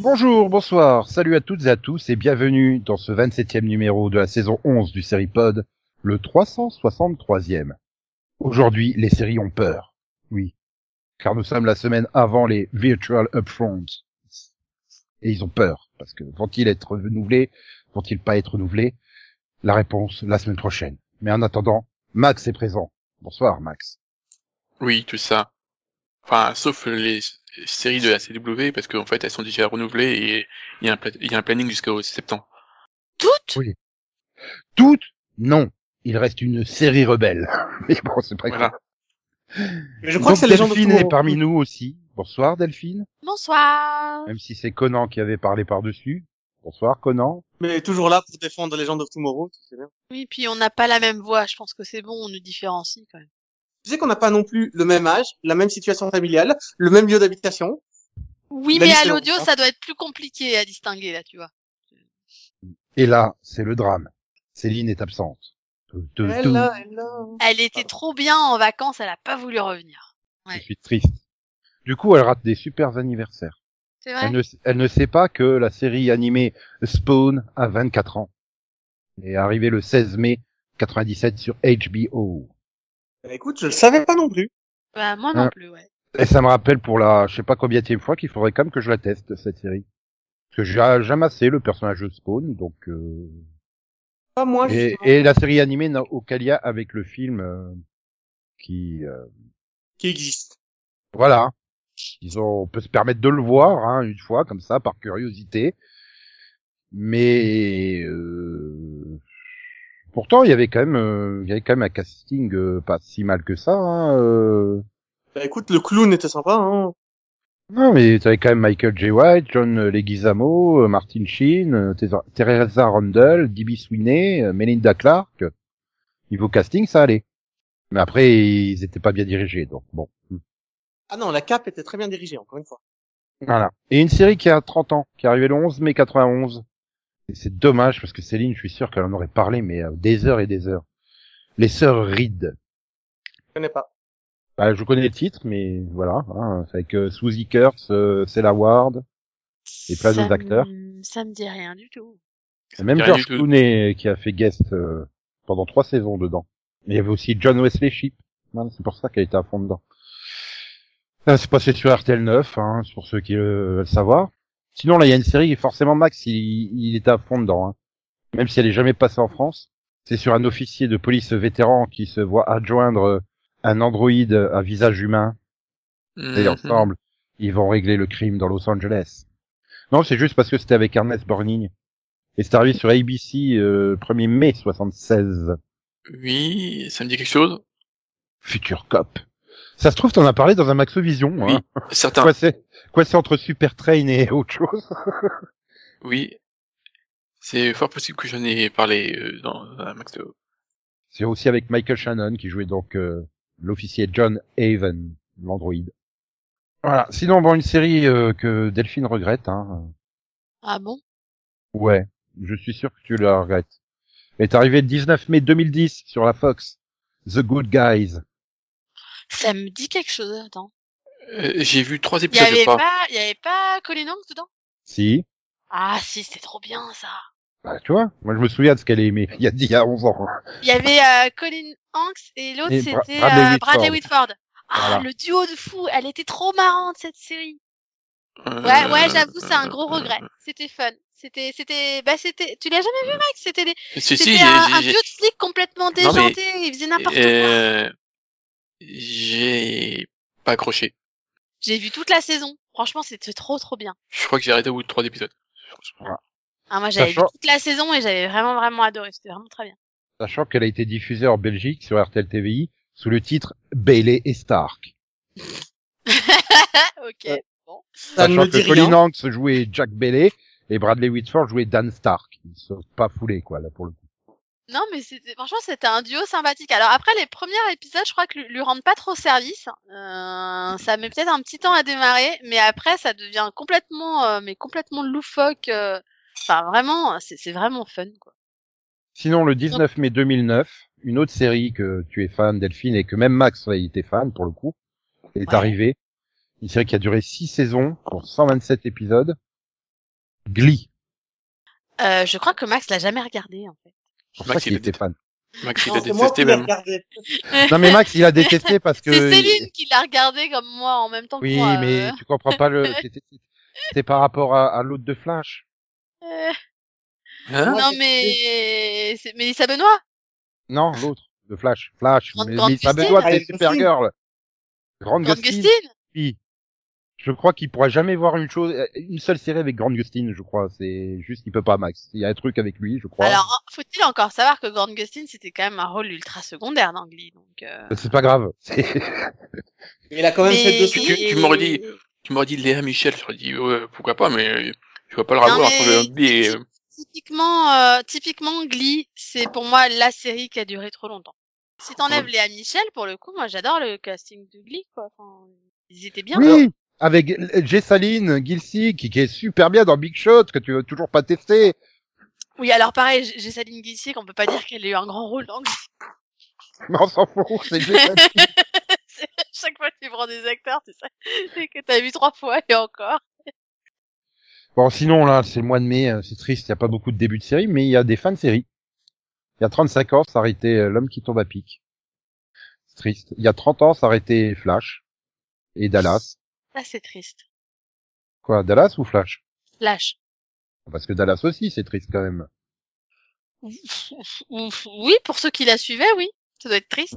Bonjour, bonsoir, salut à toutes et à tous et bienvenue dans ce 27e numéro de la saison 11 du Seripod, le 363e. Aujourd'hui, les séries ont peur. Oui. Car nous sommes la semaine avant les Virtual Upfronts. Et ils ont peur, parce que vont-ils être renouvelés, vont-ils pas être renouvelés La réponse, la semaine prochaine. Mais en attendant, Max est présent. Bonsoir Max. Oui, tout ça. Enfin, sauf les séries de la CW, parce qu'en fait, elles sont déjà renouvelées et il y a un, pla- il y a un planning jusqu'au septembre. Toutes Toutes Non, il reste une série rebelle. Mais bon, c'est pas grave. Voilà. Mais je crois Donc que c'est les gens de Delphine Tours. est parmi nous aussi. Bonsoir Delphine, Bonsoir. même si c'est Conan qui avait parlé par-dessus. Bonsoir Conan. Mais toujours là pour défendre les gens de Tomorrow, tu sais bien. Oui, puis on n'a pas la même voix. Je pense que c'est bon, on nous différencie quand même. Tu sais qu'on n'a pas non plus le même âge, la même situation familiale, le même lieu d'habitation. Oui, La mais à différence, l'audio, hein. ça doit être plus compliqué à distinguer là, tu vois. Et là, c'est le drame. Céline est absente. Tout, tout, tout. elle là. Elle était trop bien en vacances, elle a pas voulu revenir. Je ouais. suis triste. Du coup, elle rate des super anniversaires. C'est vrai. Elle, ne, elle ne sait pas que la série animée Spawn a 24 ans. Elle est arrivée le 16 mai 97 sur HBO. Bah, écoute, je le savais pas non plus. Bah, moi non Hein. plus, ouais. Et ça me rappelle pour la, je sais pas combienième fois qu'il faudrait quand même que je la teste cette série. Parce que j'ai jamais assez le personnage de Spawn, donc. euh, Pas moi, Et, Oh, justement. et la série animée n'a aucun lien avec le film euh, qui, euh, Qui existe. voilà. Ils ont, on peut se permettre de le voir hein, une fois comme ça par curiosité, mais euh, pourtant il y avait quand même, euh, il y avait quand même un casting euh, pas si mal que ça. hein, euh, Bah écoute, le clown était sympa, hein. Non, mais t'avais quand même Michael J. White, John Leguizamo, euh, Martin Sheen, euh, Tesa- Teresa Rundle, D.B. Sweeney, euh, Melinda Clark. Niveau casting, ça allait. Mais après, ils étaient pas bien dirigés, donc bon. Ah non, la cape était très bien dirigée, encore une fois. Voilà. Et une série qui a 30 ans, qui est arrivée le 11 mai 91. Et c'est dommage, parce que Céline, je suis sûr qu'elle en aurait parlé, mais euh, des heures et des heures. Les Sœurs Reed. Je connais pas. Bah, je connais le titre, mais voilà. Hein, c'est avec euh, Suzy Kurtz, euh, Cella Ward, et plein Ça d'autres acteurs. me- Ça me dit rien du tout. Ça Et me même dit rien George du tout. Clooney euh, qui a fait guest euh, pendant trois saisons dedans. Il y avait aussi John Wesley Shipp. Hein, C'est pour ça qu'elle était à fond dedans. Ça c'est passé sur RTL 9, hein, c'est pour ceux qui euh, veulent savoir. Sinon là, il y a une série, forcément Max, il, il était à fond dedans. hein. Même si elle est jamais passée en France. C'est sur un officier de police vétéran qui se voit adjoindre euh, un androïde à visage humain. Et Mhm. ensemble, ils vont régler le crime dans Los Angeles. Non, c'est juste parce que c'était avec Ernest Borgnine. Et c'est arrivé sur ABC euh, 1er mai 76. Oui, ça me dit quelque chose. Future Cop. Ça se trouve, t'en as parlé dans un Maxovision. Hein. Certains. Quoi c'est Quoi c'est entre Super Train et autre chose Oui. C'est fort possible que j'en ai parlé euh, dans un max de... C'est aussi avec Michael Shannon qui jouait donc euh, l'officier John Haven, l'androïde. Voilà. Sinon, bon, une série euh, que Delphine regrette. Hein. Ah bon? Ouais, je suis sûr que tu la regrettes. Elle est arrivée le 19 mai 2010 sur la Fox. The Good Guys. Ça me dit quelque chose, attends. Euh, J'ai vu trois Il y épisodes, je avait crois. pas, il y avait pas Colin Hanks dedans? Si. Ah si, c'était trop bien ça. Bah, tu vois, moi je me souviens de ce qu'elle aimait il y a, il y a 11 ans. Il y avait euh, Colin Hanks et l'autre Et c'était Bra- Bradley euh, Bradley Whitford. Ah, Voilà. le duo de fous, elle était trop marrante cette série. Euh, Ouais, ouais, j'avoue, c'est un gros euh, regret. C'était fun. C'était, c'était, bah c'était, tu l'as jamais vu, Max? C'était des, Si, si, c'était j'ai- un, un j'ai- vieux de flic complètement mais- déjanté, il faisait n'importe quoi. euh, J'ai pas accroché. J'ai vu toute la saison. Franchement, c'était trop, trop bien. Je crois que j'ai arrêté au bout de trois épisodes. Ah, moi, j'avais vu Sachant- toute la saison et j'avais vraiment, vraiment adoré. C'était vraiment très bien. Sachant qu'elle a été diffusée en Belgique sur RTL TVI sous le titre Bailey et Stark. ok. Ouais. Bon. Ça ne Sachant me que dit Colin rien. Hanks jouait Jack Bailey et Bradley Whitford jouait Dan Stark. Ils se sont pas foulés, quoi, là, pour le coup. Non, mais c'était, franchement, c'était un duo sympathique. Alors après, les premiers épisodes, je crois que lui, lui rendent pas trop service. Euh, ça met peut-être un petit temps à démarrer, mais après, ça devient complètement, euh, mais complètement loufoque. euh. Enfin, vraiment, c'est c'est vraiment fun, quoi. Sinon, le 19 mai 2009, une autre série que tu es fan, Delphine, et que même Max ouais, il était fan pour le coup, est Ouais. arrivée. Une série qui a duré 6 saisons pour 127 épisodes. Glee. Euh, je crois que Max l'a jamais regardé. En fait. Pour Max, ça qu'il il était était- fan. Max, il Non, a c'est moi qui détesté l'ai même. regardé. Non mais Max, il a détesté parce que... C'est Céline qui l'a regardé comme moi en même temps que Oui, moi. mais euh. tu comprends pas le... c'était- C'était par rapport à, à l'autre de Flash. Euh, Ah, Hein Moi, non j'ai- mais c'est Mélissa Benoît. Non, l'autre de Flash. Flash. Grande- Mais, Grande mais ah ça Gustine. Benoît, c'est Allez, Supergirl. Grande, Grande Gustine. Gustine. Oui. Je crois qu'il pourra jamais voir une chose, euh, une seule série avec Grande Gustine, je crois. C'est juste qu'il peut pas, Max. Il y a un truc avec lui, je crois. Alors, en- faut-il encore savoir que Grande Gustin, c'était quand même un rôle ultra secondaire dans Glee, donc. Euh... C'est pas grave. C'est- Mais il a quand même fait deux Tu- tu m'aurais dit- Tu m'aurais dit Léa Michel, j'aurais dit ouais, pourquoi pas, mais tu vas pas le Non, revoir mais- entre le rugby et. euh, Typiquement, euh, typiquement Glee, c'est pour moi la série qui a duré trop longtemps. Si t'enlèves Léa Michel, pour le coup, moi j'adore le casting de Glee, quoi. Enfin, ils étaient bien. oui! Avec Jessaline Gilsey, qui, qui est super bien dans Big Shot, que tu veux toujours pas tester. Oui, alors pareil, j'ai j'ai Saline Guissier qu'on peut pas dire qu'elle ait eu un grand rôle dans Glee. Mais on s'en fout, c'est Jessaline. C'est- Chaque fois que tu prends des acteurs, tu sais, que t'as vu trois fois et encore. Bon, sinon, là, c'est le mois de mai, euh, c'est triste, il n'y a pas beaucoup de débuts de série, mais il y a des fins de série. Il y a 35 ans, s'arrêtait euh, L'homme qui tombe à pic. C'est triste. Il y a 30 ans, s'arrêtait Flash. Et Dallas. Ça, Ah, c'est triste. Quoi, Dallas ou Flash? Lâche. Parce que Dallas aussi, c'est triste quand même. Ouf, Oui, pour ceux qui la suivaient, oui. Ça doit être triste.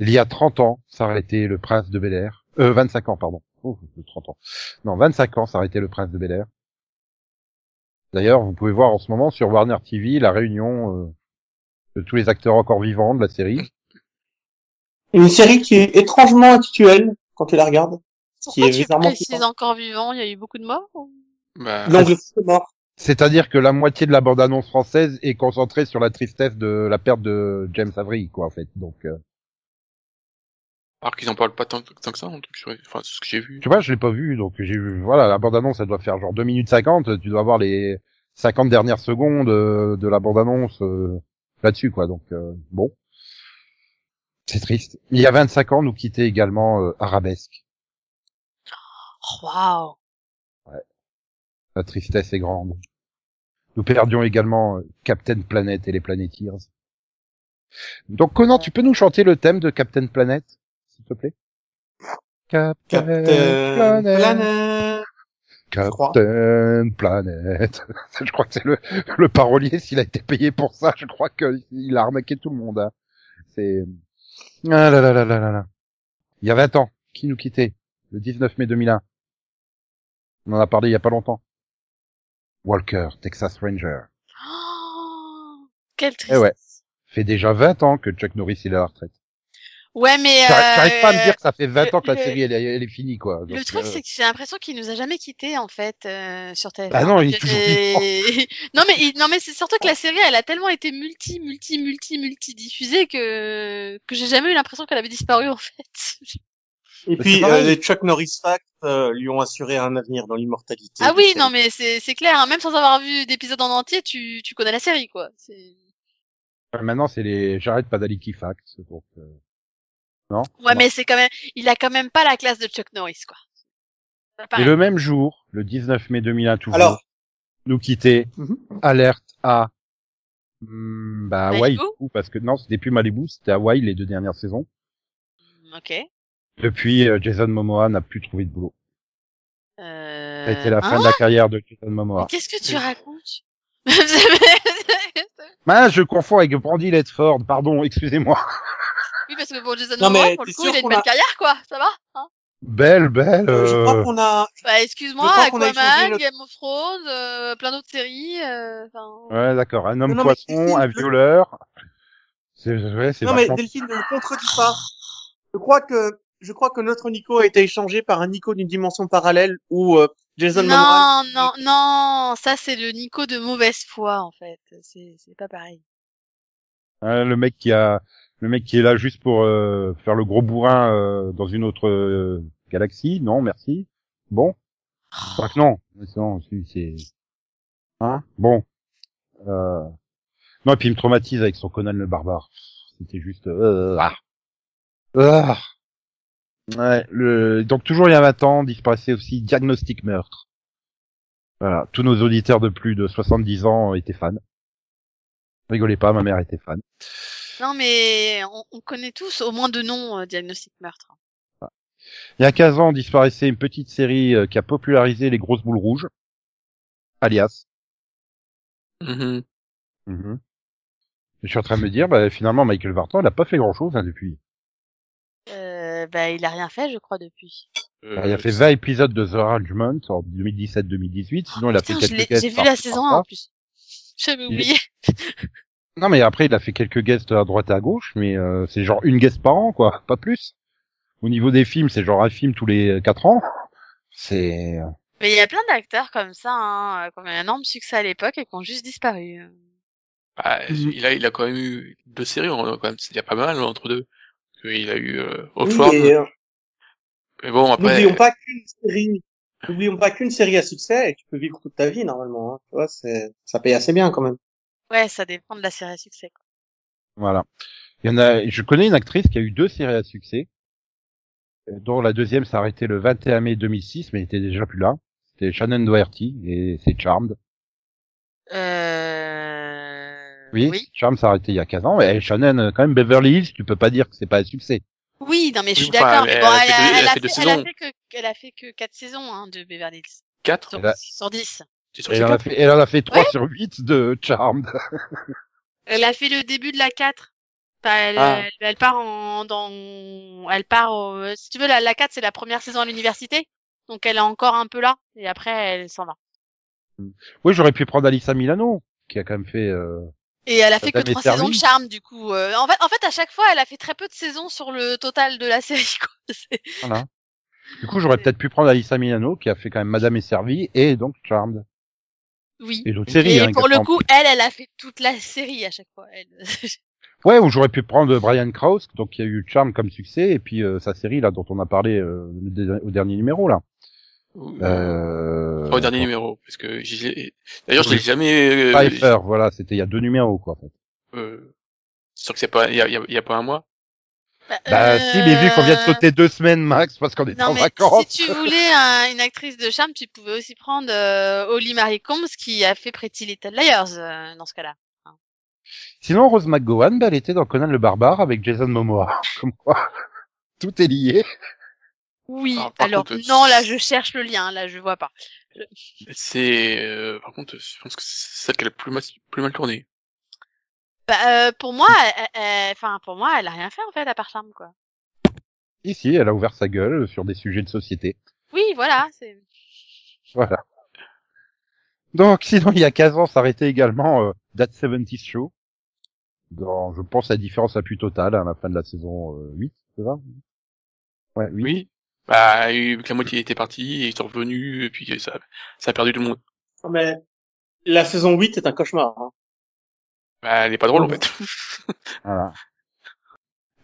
Il y a 30 ans, s'arrêtait le prince de Bel Air. Euh, 25 ans, pardon. Oh, 30 ans. Non, 25 ans, s'arrêtait le prince de Bel Air. D'ailleurs, vous pouvez voir en ce moment sur Warner TV la réunion euh, de tous les acteurs encore vivants de la série. Une série qui est étrangement actuelle quand tu la regardes. Pourquoi est tu bizarrement précises flippant. encore vivant Il y a eu beaucoup de morts ou- bah, L'angle est mort. C'est-à-dire que la moitié de la bande-annonce française est concentrée sur la tristesse de la perte de James Avery, quoi, en fait. Donc, euh, alors qu'ils en parlent pas tant, tant que ça, en tout cas, sur- enfin, c'est ce que j'ai vu. tu vois, je l'ai pas vu, donc j'ai vu. Voilà, la bande-annonce, elle doit faire genre 2 minutes 50. Tu dois avoir les 50 dernières secondes euh, de la bande-annonce euh, là-dessus, quoi. Donc euh, bon, c'est triste. Il y a 25 ans, nous quittait également euh, Arabesque. Oh, Waouh. La tristesse est grande. Nous perdions également euh, Captain Planet et les Planeteers. Donc Conan, tu peux nous chanter le thème de Captain Planet, s'il te plaît Captain, Captain Planet. Euh, Planet. Je crois. Captain Planet. je crois que c'est le, le parolier, s'il a été payé pour ça, je crois qu'il a arnaqué tout le monde. hein. C'est... Ah là là là là là là. Il y a 20 ans, qui nous quittait Le 19 mai 2001. On en a parlé il y a pas longtemps. Walker, Texas Ranger. Oh, quelle Eh tristesse. ouais. ouais. Fait déjà 20 ans que Chuck Norris il est à la retraite. mais J'arrive j'arrive pas à me euh, dire que ça fait 20 ans que la le- série elle, est- elle est finie quoi. le Donc, truc, euh, c'est que j'ai l'impression qu'il nous a jamais quittés, en fait, euh, sur TF1. Bah non, il est toujours Et- non, mais, il- non, mais c'est surtout que la série, elle a tellement été multi, multi, multi, multi diffusée que, que j'ai jamais eu l'impression qu'elle avait disparu, en fait. Et Bah, c'est puis, pareil. euh, les Chuck Norris Facts euh, lui ont assuré un avenir dans l'immortalité. Ah oui, C'est- non, mais c'est, c'est clair, hein, même sans avoir vu d'épisode en entier, tu, tu connais la série, quoi. C'est... Maintenant c'est les j'arrête pas d'Aliki Facts. Donc, euh, Non Ouais, Non. mais c'est quand même, il a quand même pas la classe de Chuck Norris, quoi. C'est pas Et pareil. le même jour, le 19 mai 2001 toujours, Alors. nous quittait Mhm. alerte à hmm, bah Hawaï Malibu du coup, parce que non, c'était plus Malibu, c'était Hawaï les deux dernières saisons. Ok. Depuis euh, Jason Momoa n'a plus trouvé de boulot. Euh... Ça a été la hein fin de la carrière de Jason Mais Momoa. Qu'est-ce que tu Oui. racontes Ah, je confonds avec Brandy Ledford, pardon, excusez-moi. Oui, parce que bon, Jason Non, Momoa, mais pour le t'es coup, sûr il a une qu'on belle a- carrière, quoi. Ça va hein Belle, belle. Euh, Je euh, crois qu'on a, Bah, Je excuse-moi, crois qu'on a Aquaman, échangé le- Game of Thrones, euh, plein d'autres séries. euh, enfin, Ouais, d'accord, un homme Non, non, mais poisson, Christine, un je- violeur. C'est ouais, c'est Non mais vachement- Delphine ne me contredis pas. Je crois que je crois que notre Nico a été échangé par un Nico d'une dimension parallèle où euh, Jason Momoa. Non, non, non, ça c'est le Nico de mauvaise foi en fait. C'est c'est pas pareil. Hein, le mec qui a, le mec qui est là juste pour euh, faire le gros bourrin euh, dans une autre euh, galaxie. Non, merci. Bon, je crois que non. Mais Non, c'est, c'est- hein, bon. Euh, Non, et puis il me traumatise avec son Conan le barbare. C'était juste... euh, ah. Ah. Ouais, le... Donc toujours il y a 20 ans, disparaissait aussi Diagnostic Meurtre. Voilà, tous nos auditeurs de plus de 70 ans étaient fans. Rigolez pas, ma mère était fan. Non, mais on, on connaît tous au moins deux noms euh, diagnostic meurtre. Il y a 15 ans, disparaissait une petite série euh, qui a popularisé les grosses boules rouges, alias. Mm-hmm. Mhm. Mhm. Je suis en train de me dire, bah, finalement, Michael Vartan, il a pas fait grand-chose hein, depuis. Euh, bah, il a rien fait, je crois, depuis. Euh, Bah, il a fait 20 épisodes de The Arrangement en 2017-2018, sinon il a Putain, fait je l'ai- quelques guests j'ai vu par- la par saison là. 1 en plus. J'avais Il est- oublié. Non, mais après, il a fait quelques guests à droite et à gauche, mais euh, c'est genre une guest par an, quoi, pas plus. Au niveau des films, c'est genre un film tous les euh, quatre ans. C'est... euh, Mais il y a plein d'acteurs comme ça, hein, qui ont eu un énorme succès à l'époque et qui ont juste disparu. euh. bah, Mm-hmm. il a, il a quand même eu deux séries, en- quand même, c'est déjà pas mal entre deux. Il a eu euh, Oxford, Oui, et, euh, mais bon après, N'oublions pas qu'une série, n'oublions pas qu'une série à succès et tu peux vivre toute ta vie normalement. hein. Tu vois, c'est, ça paye assez bien quand même. Ouais, ça dépend de la série à succès. quoi. Voilà. Il y en a... Je connais une actrice qui a eu deux séries à succès, euh, dont la deuxième s'est arrêtée le 21 mai 2006, mais elle était déjà plus là. C'était Shannon Doherty, et c'est Charmed. Euh... Oui, oui. Charmed s'est arrêté il y a 15 ans. Et Shannon, euh, quand même, Beverly Hills, tu peux pas dire que c'est pas un succès. Oui, non mais je Oui, suis enfin, d'accord. elle- mais bon, elle a elle, fait deux- a- elle elle a a fait deux fait- elle a saisons. fait que elle a fait que quatre saisons hein, de Beverly Hills quatre, sur, Elle a- sur 10. t'es sur Elle en a quatre. fait, elle en a fait 3 Ouais. sur 8 de Charmed. Elle a fait le début de la 4. Enfin, elle, Ah. elle, elle part en dans elle part au- si tu veux la, la 4 c'est la première saison à l'université. Donc elle est encore un peu là et après elle s'en va. Oui, j'aurais pu prendre Alissa Milano, qui a quand même fait... euh, Et elle a fait t'a que trois desservi. saisons de charme du coup. Euh, en fait en fait à chaque fois elle a fait très peu de saisons sur le total de la série quoi. C'est- Voilà. Du coup, j'aurais peut-être pu prendre Alissa Milano, qui a fait quand même Madame et Servie, et donc Charmed. Oui. Et d'autres séries, Et hein, pour le exactement. coup, elle, elle a fait toute la série à chaque fois. Elle. Ouais, ou j'aurais pu prendre Brian Krause, donc qui a eu Charmed comme succès, et puis euh, sa série, là, dont on a parlé euh, le dé- au dernier numéro, là. Euh... Au dernier numéro, parce que j'y l'ai- d'ailleurs je l'ai jamais. euh, Pfeiffer, voilà, c'était il y a deux numéros, quoi. en fait. euh, c'est sûr que c'est pas, il y a, il y a- il y a pas un mois. Bah, si, mais vu qu'on vient de Euh, sauter deux semaines max, parce qu'on est Non, en mais vacances. si tu voulais un- une actrice de charme, tu pouvais aussi prendre euh, Holly Marie Combs qui a fait Pretty Little Liars euh, dans ce cas-là. Sinon, Rose McGowan, bah, elle était dans Conan le Barbare avec Jason Momoa. Comme quoi, tout est lié. Oui, Ah, par alors contre, euh, non, là je cherche le lien, là je vois pas. C'est, euh, par contre, je pense que c'est celle qui a le plus mal, plus mal tourné. Bah, euh, pour moi, Hmm. elle- elle- enfin pour moi, elle a rien fait en fait à part charme quoi. Ici, elle a ouvert sa gueule sur des sujets de société. Oui, voilà, c'est Voilà. Donc, sinon, il y a 15 ans, s'arrêtait également euh, That 70 Show. Dans, je pense, la différence la plus totale, hein, à la fin de la saison euh, 8, c'est ça Ouais, 8. Oui. Bah, euh, vu que la moitié était partie, et ils sont revenus, et puis euh, ça, ça a perdu tout le monde. Non, Mais la saison 8 est un cauchemar. hein. Bah, elle est pas drôle, en fait. Voilà.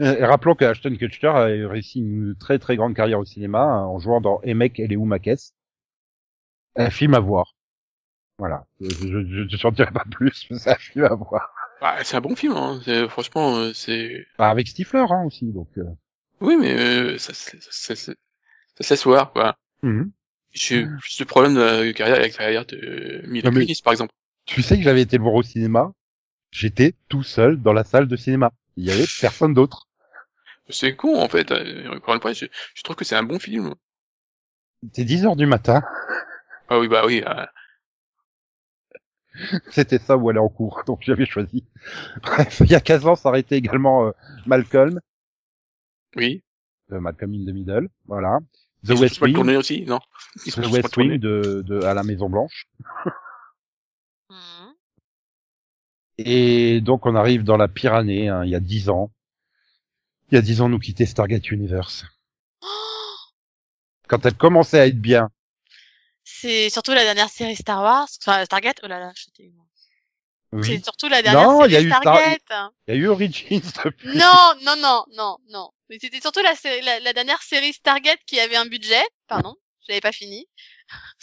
Euh, Et rappelons que Ashton Kutcher a réussi une très très grande carrière au cinéma hein, en jouant dans Emek et les Oumakes. Un film à voir. Voilà. Je je- je, je, n'en dirai pas plus, mais c'est un film à voir. Bah, c'est un bon film, hein. C'est- Franchement, euh, c'est, Bah, avec Stifler hein, aussi, donc. euh, oui, mais, euh, ça, se- ça, se- ça, se- ça se voir, quoi. J'ai eu plus de problèmes euh, de carrière avec la carrière de Mila Non, Hmm. Ah, mais- Kunis, par exemple. Tu sais que j'avais été le voir au cinéma. J'étais tout seul dans la salle de cinéma. Il y avait personne d'autre. C'est con, en fait. Euh, Encore une fois, je, je trouve que c'est un bon film. C'était 10 heures du matin. Ah oui, bah oui, euh, C'était ça où aller en cours. Donc j'avais choisi. Bref, il y a 15 ans s'arrêtait également euh, Malcolm, oui. de Malcolm in the Middle. Voilà. The Ils sont West pas Wing. tournés aussi, non? Ils sont The tous pas West tournés. Wing de, de, à la Maison Blanche. Mhm. Et donc on arrive dans la pire année, hein, il y a 10 ans. Il y a 10 ans nous quittait Stargate Universe. Quand elle commençait à être bien. c'est surtout la dernière série Star Wars, enfin Stargate. Oh là là, je t'ai- Oui. c'est surtout la dernière Non, il y a série eu Star- Stargate. hein. Il y a eu Origins depuis. Non, non, non, non, non. Mais c'était surtout la, sé- la, la dernière série Stargate qui avait un budget. Pardon, je l'avais pas fini.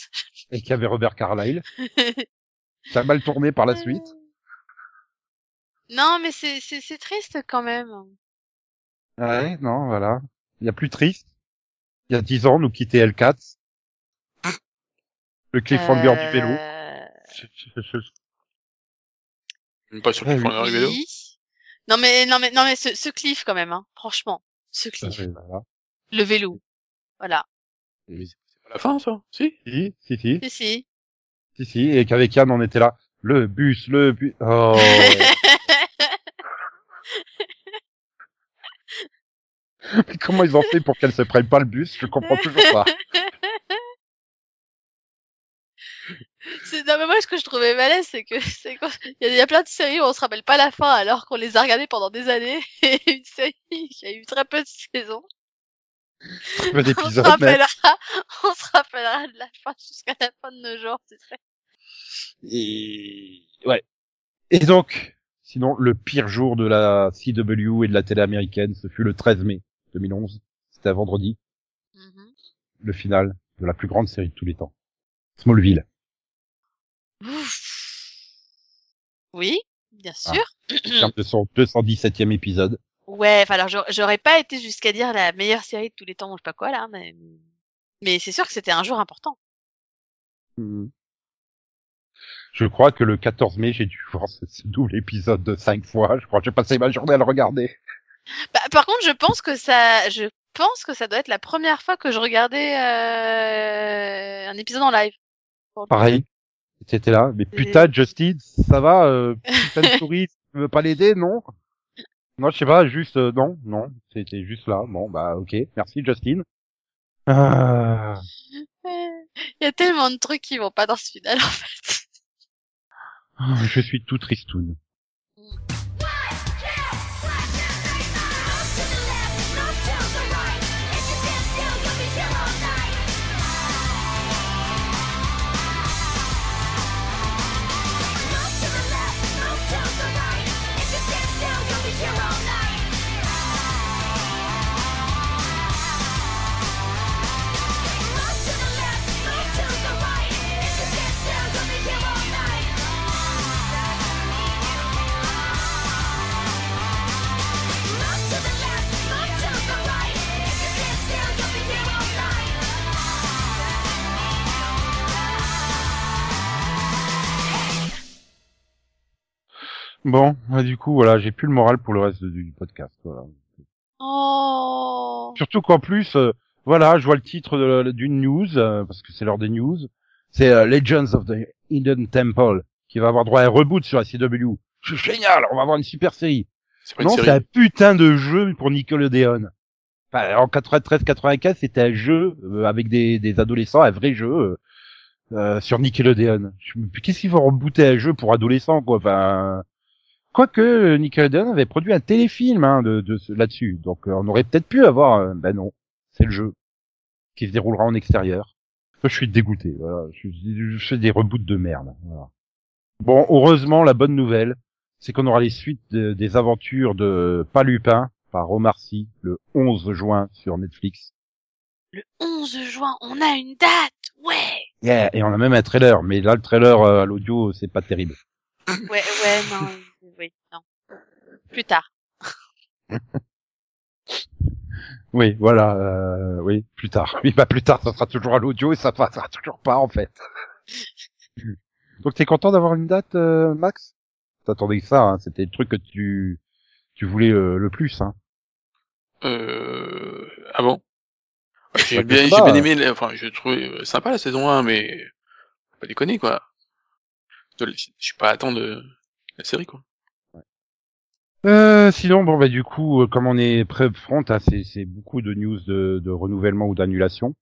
et qui avait Robert Carlyle. Ça a mal tourné par la suite. Non, mais c'est c'est c'est triste quand même. Ouais, non, voilà. Il y a plus triste. Il y a 10 ans, nous quittait L4. Le cliffhanger du vélo. Euh, Même pas sûr Ah qu'ils oui. font un vélo. oui. Non mais non mais non mais ce, ce cliff quand même, hein. franchement, ce Ah cliff, oui, voilà. le vélo, voilà. Mais c'est pas la fin, ça. Si. Si, si, si, Si si. si, si. Et qu'avec Yann, on était là. Le bus, le bus. Oh. Mais comment ils ont fait pour qu'elle se prenne pas le bus Je comprends toujours pas. C'est- non mais moi ce que je trouvais malaise c'est que c'est quand il y, a- il y a plein de séries où on se rappelle pas la fin alors qu'on les a regardées pendant des années et une série qui a eu très peu de saisons. Peu On se d'épisodes, mais rappellera, on se rappellera de la fin jusqu'à la fin de nos jours. c'est très- Et... Ouais. Et donc, sinon, le pire jour de la CW et de la télé américaine, ce fut le 13 mai 2011. C'était un vendredi, Mhm. le final de la plus grande série de tous les temps. Smallville. Ouf. Oui, bien Ah. sûr. terme de son 217e épisode. Ouais, enfin alors j'aur- j'aurais pas été jusqu'à dire la meilleure série de tous les temps, ou je sais pas quoi là, mais mais c'est sûr que c'était un jour important. Je crois que le 14 mai, j'ai dû voir ce, ce double épisode de 5 fois. Je crois que j'ai passé ma journée à le regarder. Bah, par contre, je pense que ça, je pense que ça doit être la première fois que je regardais euh, un épisode en live. Pour le coup. Pareil. C'était là. Mais putain, Justin, ça va euh, Putain de souris, tu veux pas l'aider, non Non, je sais pas, juste... euh, non, non. C'était juste là. Bon, bah ok. Merci, Justin. Ah. Il y a tellement de trucs qui vont pas dans ce final en fait. Ah, Je suis tout tristoun. Bon, bah, du coup, voilà, j'ai plus le moral pour le reste du podcast. Voilà. Oh. Surtout qu'en plus, euh, voilà, je vois le titre de la- d'une news, euh, parce que c'est l'heure des news, c'est euh, Legends of the Hidden Temple, qui va avoir droit à un reboot sur la CW. C'est génial, on va avoir une super série. C'est pas une non, c'est un série. putain de jeu pour Nickelodeon. Enfin, en 93-95, c'était un jeu euh, avec des, des adolescents, un vrai jeu euh, euh, sur Nickelodeon. Je me- Qu'est-ce qu'ils vont rebooter un jeu pour adolescents, quoi Enfin, quoique euh, Nickelodeon avait produit un téléfilm hein, de, de ce- là-dessus, donc euh, on aurait peut-être pu avoir. euh, ben non, c'est le jeu qui se déroulera en extérieur. Je suis dégoûté. Voilà, je, suis- je fais des reboots de merde. voilà. Bon, heureusement, la bonne nouvelle, c'est qu'on aura les suites de- des aventures de Palupin par Omar Sy le 11 juin sur Netflix. Le 11 juin, on a une date. Ouais. Yeah, et on a même un trailer, mais là le trailer euh, à l'audio c'est pas terrible. Ouais, ouais, non, oui, non. Plus tard. Oui, voilà, euh, oui, plus tard. Oui, bah plus tard, ça sera toujours à l'audio et ça passera toujours pas en fait. Donc t'es content d'avoir une date, euh, Max T'attendais que ça, hein, c'était le truc que tu tu voulais euh, le plus. Hein. Euh... Ah bon Ouais, J'ai Bah, bien, je sais j'ai pas. bien aimé, la- enfin, j'ai trouvé euh, sympa la saison 1, mais faut pas déconner, quoi. Je je suis pas à attendre euh, la série, quoi. Euh, sinon, bon bah du coup, euh, comme on est pré-front, hein, c'est, c'est beaucoup de news de, de renouvellement ou d'annulation.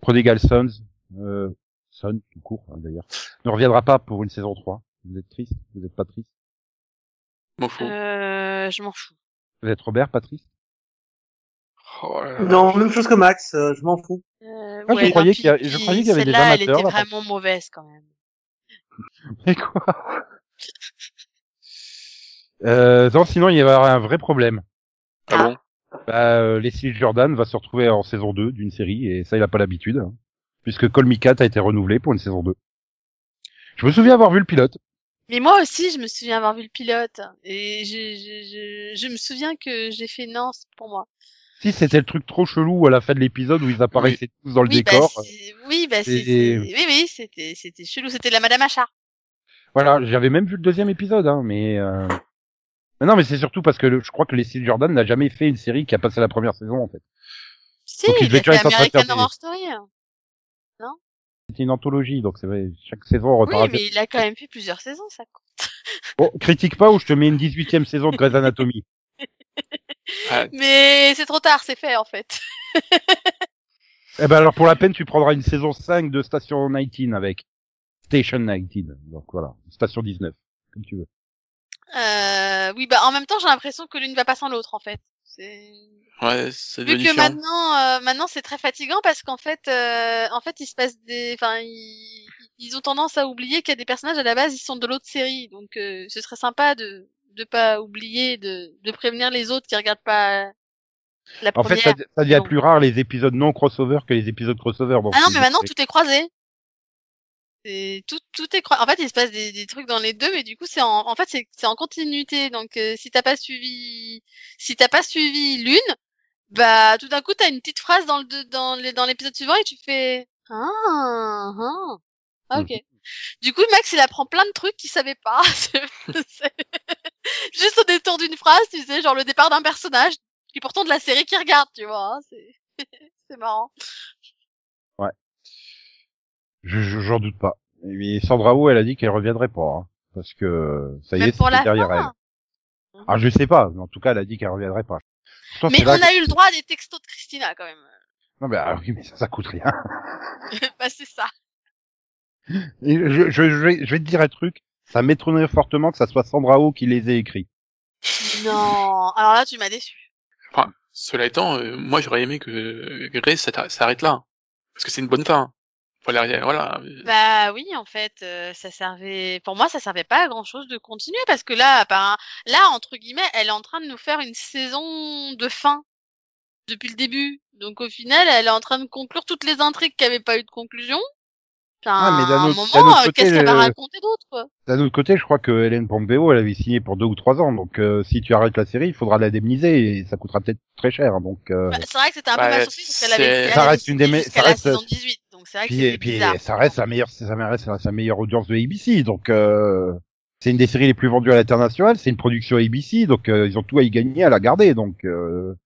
Prodigal Sons, euh, Son, tout court hein, d'ailleurs, ne reviendra pas pour une saison 3. Vous êtes triste Vous êtes pas triste M'en fous. Euh, je m'en fous. Vous êtes Robert, pas triste Oh là là. Non, même chose que Max, euh, je m'en fous. Euh, Ah, je ouais, croyais non, qu'il y a- puis- je puis croyais qu'il y avait des celle-là, Elle amateurs, était là, par vraiment mauvaise quand même. Mais quoi euh, Non, sinon il y avoir un vrai problème. Ah bon Bah, euh, Leslie Jordan va se retrouver en saison 2 d'une série, et ça il a pas l'habitude, hein, puisque Colmicat a été renouvelé pour une saison 2. Je me souviens avoir vu le pilote. Mais moi aussi, je me souviens avoir vu le pilote. Et je, je, je, je me souviens que j'ai fait non, c'est pour moi. Si c'était le truc trop chelou à la fin de l'épisode où ils apparaissaient tous dans le oui, bah, décor. c'est- oui, bah, c'est- Et- c'est- oui, oui, c'était, c'était chelou. C'était la Madame Achard. Voilà, j'avais même vu le deuxième épisode, hein, mais. euh, mais Non, mais c'est surtout parce que le- je crois que Leslie Jordan n'a jamais fait une série qui a passé la première saison en fait. Si, Donc, il il devait a toujours être fait en train de American faire des- Horror Story. hein. C'était une anthologie, donc c'est vrai, chaque saison on repart. Oui, à- mais il a quand même fait plusieurs saisons, ça. quoi. Bon, critique pas ou je te mets une 18e saison de Grey's Anatomy. Mais c'est trop tard, c'est fait, en fait. Eh ben alors pour la peine, tu prendras une saison 5 de Station 19 avec Station 19. Donc voilà, Station 19, comme tu veux. Euh, oui, bah, en même temps, j'ai l'impression que l'une va pas sans l'autre, en fait. C'est... Ouais, ça Vu devient que différent. maintenant, euh, maintenant c'est très fatigant parce qu'en fait, euh, en fait, il se passe des, enfin, ils, ils ont tendance à oublier qu'il y a des personnages à la base, ils sont de l'autre série, donc euh, ce serait sympa de de pas oublier de de prévenir les autres qui regardent pas la En première. fait, ça, ça devient non. plus rare les épisodes non crossover que les épisodes crossover. donc ah non, c'est- mais maintenant tout est croisé. C'est tout tout est croisé. En fait, il se passe des, des trucs dans les deux, mais du coup, c'est en en fait c'est c'est en continuité. Donc euh, si t'as pas suivi si t'as pas suivi l'une, bah tout d'un coup t'as une petite phrase dans le deux- dans les dans l'épisode suivant et tu fais ah ah Ah, ok. Du coup, Max il apprend plein de trucs qu'il savait pas. C'est- c'est- Juste au détour d'une phrase, tu sais, genre le départ d'un personnage qui est pourtant de la série qu'il regarde, tu vois. hein, c'est c'est marrant. Je- je- J'en doute pas. Mais Sandra Oh, elle a dit qu'elle reviendrait pas, hein, parce que ça y Même est, pour c'était la derrière fin. elle. Ah, je sais pas, mais en tout cas, elle a dit qu'elle reviendrait pas. Toi, Mais c'est on là a que- eu le droit à des textos de Christina quand même. Non, mais, ah oui, mais ça, ça coûte rien. bah c'est ça. Et je, je, je vais, je vais te dire un truc, ça m'étonnerait fortement que ça soit Sandra Oh qui les ait écrits. Non. Alors là tu m'as déçu. Enfin, cela étant, euh, moi j'aurais aimé que euh, Grace s'atta- s'arrête là. Parce que c'est une bonne fin. Voilà, voilà. euh, Bah oui en fait euh, ça servait. Pour moi ça servait pas à grand chose de continuer parce que là par là entre guillemets elle est en train de nous faire une saison de fin depuis le début. Donc au final elle est en train de conclure toutes les intrigues qui avaient pas eu de conclusion. Enfin, Ah, mais d'un à un autre- d'un moment autre euh, côté, qu'est-ce qu'elle va euh, raconter d'autre quoi D'un autre côté, je crois que Hélène Pompeo, elle avait signé pour deux ou trois ans, donc euh, si tu arrêtes la série, il faudra l'indemniser et ça coûtera peut-être très cher. Donc, euh, Bah, C'est vrai que c'était un peu Bah, ma surprise parce qu'elle avait. c'est- elle Ça avait reste une des signé me- jusqu'à ça la reste- saison 18 donc Ah, c'est vrai que puis, et c'était puis bizarre. ça reste la meilleure, ça reste la- sa meilleure audience de ABC, donc euh, c'est une des séries les plus vendues à l'international, c'est une production ABC, donc euh, ils ont tout à y gagner, à la garder, donc euh,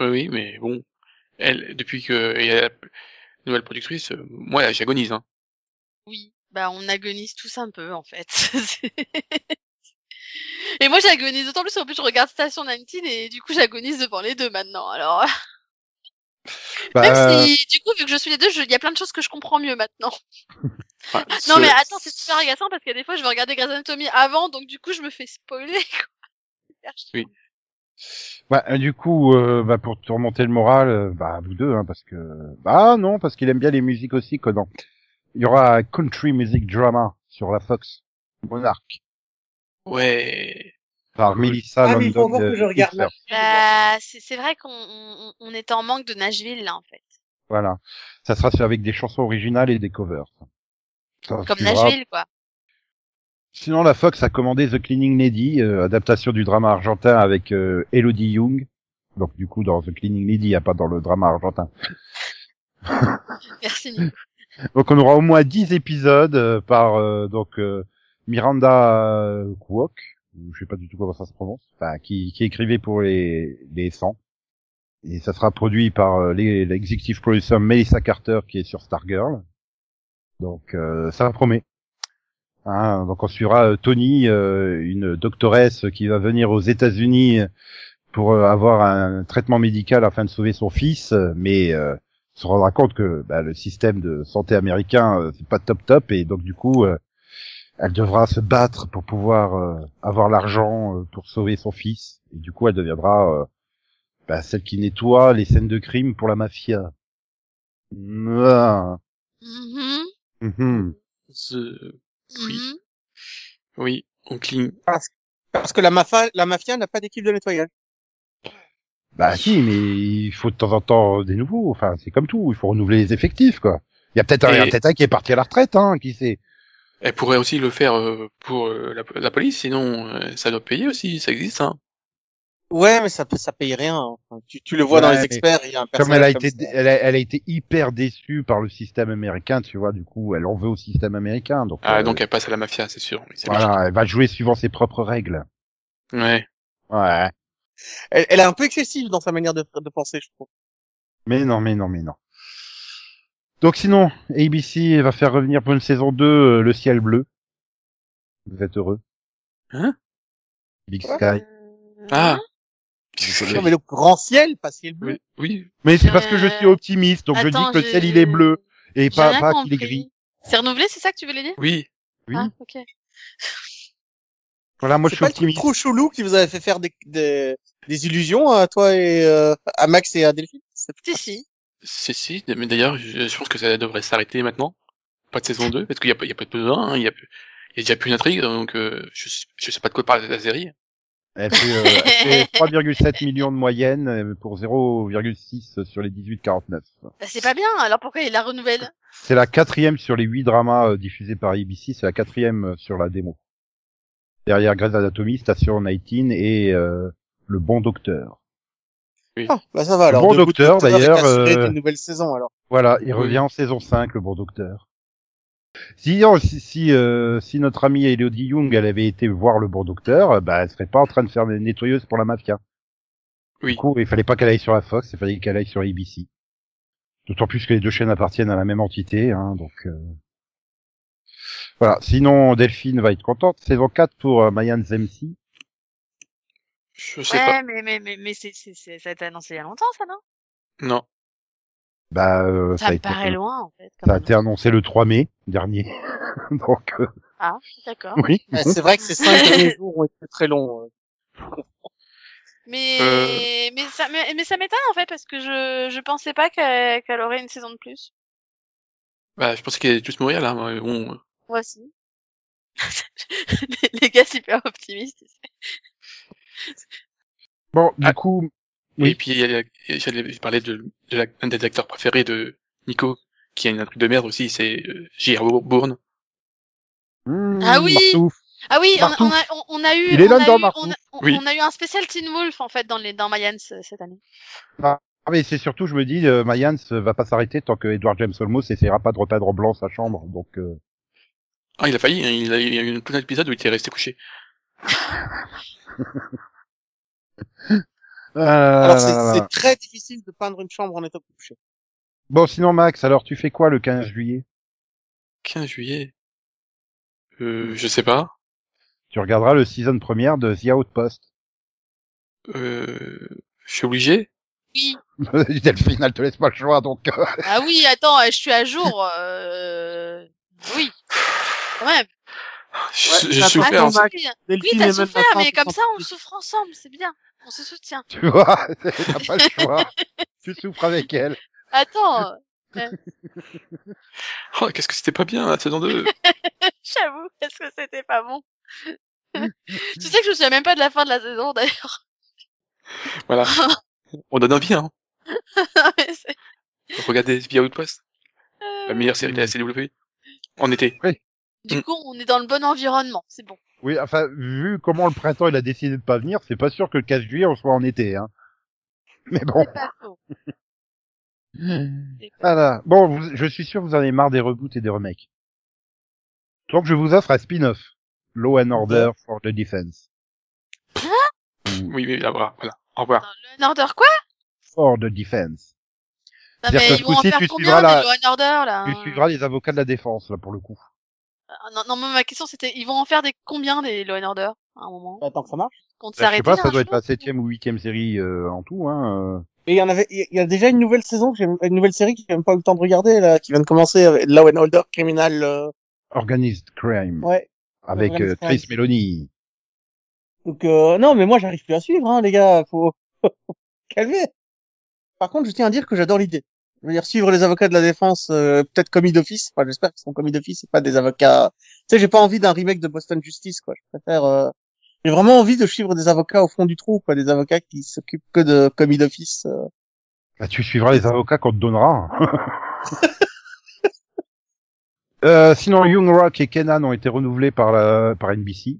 Oui, oui, mais bon. Elle, depuis que il y a la p- nouvelle productrice, euh, moi j'agonise. Hein. Oui, bah on agonise tous un peu en fait. C'est- et moi j'agonise d'autant plus en plus je regarde Station 19 et du coup j'agonise devant les deux maintenant. Alors bah, même si du coup vu que je suis les deux, je- il y a plein de choses que je comprends mieux maintenant. Enfin, Non ce- mais attends, c'est super agaçant parce que des fois je vais regarder Grey's Anatomy avant donc du coup je me fais spoiler. quoi. bah, euh, du coup, euh, bah, pour te remonter le moral, euh, bah vous deux, hein, parce que bah non, parce qu'il aime bien les musiques aussi, Conan. Il y aura un country music drama sur la Fox Monarch Ouais. par Cool. Melissa Ah, mais il faut London, encore que euh, je regarde Hitler. la- Bah c'est c'est vrai qu'on on, on était en manque de Nashville là en fait. Voilà, ça sera fait avec des chansons originales et des covers. Ça, Comme tu verras. Nashville quoi. Sinon, la Fox a commandé The Cleaning Lady, euh, adaptation du drama argentin avec euh, Elodie Young. Donc du coup, dans The Cleaning Lady, a pas dans le drama argentin. Merci Nico. Donc on aura au moins 10 épisodes euh, par euh, donc euh, Miranda euh, Kwok, ou je sais pas du tout comment ça se prononce, enfin, qui, qui écrivait pour les, les 100. Et ça sera produit par euh, les- l'executive producer Melissa Carter qui est sur Stargirl. Donc euh, ça promet. Hein, donc on suivra euh, Tony, euh, une doctoresse qui va venir aux États-Unis pour euh, avoir un traitement médical afin de sauver son fils, euh, mais euh, se rendra compte que bah, le système de santé américain euh, c'est pas top top et donc du coup euh, elle devra se battre pour pouvoir euh, avoir l'argent euh, pour sauver son fils et du coup elle deviendra euh, bah, celle qui nettoie les scènes de crime pour la mafia. Ah. Mouah. Mhm, Mhm. ce- Oui. mhm. Oui, on cligne. Parce que la, mafa- la mafia n'a pas d'équipe de nettoyage. Bah si mais il faut de temps en temps euh, des nouveaux enfin c'est comme tout il faut renouveler les effectifs quoi. Il y a peut-être un Et- Arteta qui est parti à la retraite hein qui sait. Elle pourrait aussi le faire euh, pour euh, la, la police, sinon euh, ça doit payer aussi, ça existe. Hein. Ouais, mais ça, peut- ça paye rien. Enfin, tu, tu le vois dans Ouais, les mais experts, il y a un Comme elle a personnage été, ça. elle a, elle a été hyper déçue par le système américain, tu vois, du coup, elle en veut au système américain, donc. Ah, euh, donc elle passe à la mafia, c'est sûr. Oui, c'est voilà, elle va jouer suivant ses propres règles. logique. Ouais. Ouais. Elle, elle est un peu excessive dans sa manière de, de penser, je trouve. Mais non, mais non, mais non. Donc sinon, ABC va faire revenir pour une saison 2 euh, le ciel bleu. Vous êtes heureux. Hein Big Sky. Euh, Ah. Non, mais le grand ciel, pas ciel bleu. Oui, oui. Mais c'est parce que je Euh, suis optimiste, donc je dis Attends, que le j'ai- ciel il est bleu et j'ai pas, rien pas qu'il est compris. gris. C'est renouvelé, c'est ça que tu voulais dire oui. Oui. Ah, ok. Voilà, moi je C'est suis pas le truc optimiste. trop chelou qui vous avait fait faire des, des, des illusions à toi et euh, à Max et à Delphine. C'est- Si, si. Si, si, mais d'ailleurs, je, je pense que ça devrait s'arrêter maintenant. Pas de saison 2, parce qu'il n'y a, pas- il y a pas de besoin, hein, il y a, plus- il y a déjà plus d'intrigue, donc euh, je, sais- je sais pas de quoi parle la série. Elle fait, euh, elle fait 3,7 millions de moyenne euh, pour 0,6 sur les 18-49. Bah, c'est pas bien, alors pourquoi il la renouvelle C'est la quatrième sur les huit dramas euh, diffusés par ABC, c'est la quatrième euh, sur la démo. Derrière Grey's Anatomy, Station 19 et euh, Le Bon Docteur. Ah, bah ça va alors. Bon Le Good Docteur, d'ailleurs, est assuré euh, d'une nouvelle saison alors. Voilà, il Oui. revient en saison 5, Le Bon Docteur. Si, oh, si, si, euh, si notre amie Elodie Young, elle avait été voir Le Bon Docteur, euh, bah, elle serait pas en train de faire des nettoyeuses pour la mafia. Oui. Du coup, il fallait pas qu'elle aille sur la Fox, il fallait qu'elle aille sur ABC. D'autant plus que les deux chaînes appartiennent à la même entité, hein, donc... euh, Voilà, sinon Delphine va être contente. Saison 4 pour euh, Mayan Zemsi. Je sais pas. Ouais, mais, mais, mais, mais c'est, c'est, c'est- ça a été annoncé il y a longtemps, ça, non Non. Bah, euh, Ça a me été- paraît loin, en fait. ça Quand a même. été annoncé le 3 mai dernier. donc, euh, Ah, d'accord. oui. Ouais, c'est vrai que ces cinq derniers jours ont été très longs. euh. Mais, Euh. mais ça, mais, mais ça m'étonne, en fait, parce que je, je pensais pas qu'elle, qu'elle aurait une saison de plus. Bah, je pense qu'ils allaient tous mourir là. mais Bon, euh, Moi aussi. les, les gars super optimistes. Bon, du Ah. coup, Oui. Oui, puis il y a- j'allais parler de, de la- un des acteurs préférés de Nico, qui a une intrigue de merde aussi, c'est euh, J.R. Bourne. hmm, Ah oui. Martouf. Ah oui, on, Martouf. on a, on, on a eu, Il est on, là a dans eu Martouf. on, a, on- Oui. on a eu un spécial Teen Wolf, en fait, dans les, dans Mayans euh, cette année. Ah mais c'est surtout, je me dis, euh, Mayans va pas s'arrêter tant que Edward James Olmos essaiera pas de repeindre en blanc sa chambre. Donc, euh, Ah, il a failli, hein, il, a, il y a eu tout un épisode où il était resté couché. Alors Euh, Ah là, là, c'est- là. c'est très difficile de peindre une chambre en état couché. bon, sinon Max, alors tu fais quoi le 15 juillet 15 juillet. Euh, je sais pas. Tu regarderas le season première de The Outpost. Euh, je suis obligé. Oui. Delphine, elle te laisse pas le choix, donc. euh, Ah oui, attends, euh, je suis à jour. Euh... Oui, quand même. Je- Ouais, J'ai ça souffert. prend- hein. J'ai Ah, souffert. Oui, Delphine t'as est même souffert, pas mais en comme ça, on souffre ensemble, c'est bien. On se soutient. tu vois, t'as pas le choix. tu souffres avec elle. Attends, Oh, qu'est-ce que c'était pas bien, la saison 2. j'avoue, est-ce que c'était pas bon Tu sais que je me souviens même pas de la fin de la saison, d'ailleurs. voilà. On donne envie, hein. Mais c'est- Regardez The Outpost, euh, la meilleure série de la CW. En été. Mm. Du coup, on est dans le bon environnement, c'est bon. Oui, enfin, vu comment le printemps il a décidé de pas venir, c'est pas sûr que le 15 juillet on soit en été, hein. Mais bon. C'est pas faux. C'est pas- Voilà. Ah Bon, vous- je suis sûr que vous en avez marre des reboots et des remakes. Donc je vous offre un spin-off. Law and Order for the Defense. Oui, oui, là, voilà. voilà. Au revoir. Attends, Law and Order quoi For the Defense. Non C'est-à-dire mais que ils ce vont en coup-ci, faire tu combien suivras des la- Law and Order là Tu hein suivras les avocats de la défense, là, pour le coup. Ah, Non, non, mais ma question c'était, ils vont en faire des combien des Law and Order à un moment Attends Bah, que ça marche. Quand Bah, Je sais s'arrêter pas, ça un doit être jour la septième ou huitième série euh, en tout, hein. Et il y en avait, il y a déjà une nouvelle saison, que j'ai- une nouvelle série que j'ai même pas eu le temps de regarder là, qui vient de commencer avec Law and Order Criminal. euh, euh, Organized Crime. Ouais. Avec euh, Organized Crime. Chris Meloni. Donc euh, non, mais moi j'arrive plus à suivre, hein, les gars. Faut faut calmer. Par contre, je tiens à dire que j'adore l'idée. Je veux dire suivre les avocats de la défense, euh, peut-être commis d'office. Enfin, j'espère qu'ils sont commis d'office et pas des avocats. Tu sais, j'ai pas envie d'un remake de Boston Justice, quoi. Je préfère. euh, J'ai vraiment envie de suivre des avocats au fond du trou, quoi. Des avocats qui s'occupent que de commis d'office. euh. Bah, tu suivras les avocats qu'on te donnera. Euh, sinon, Young Rock et Kenan ont été renouvelés par la, par NBC.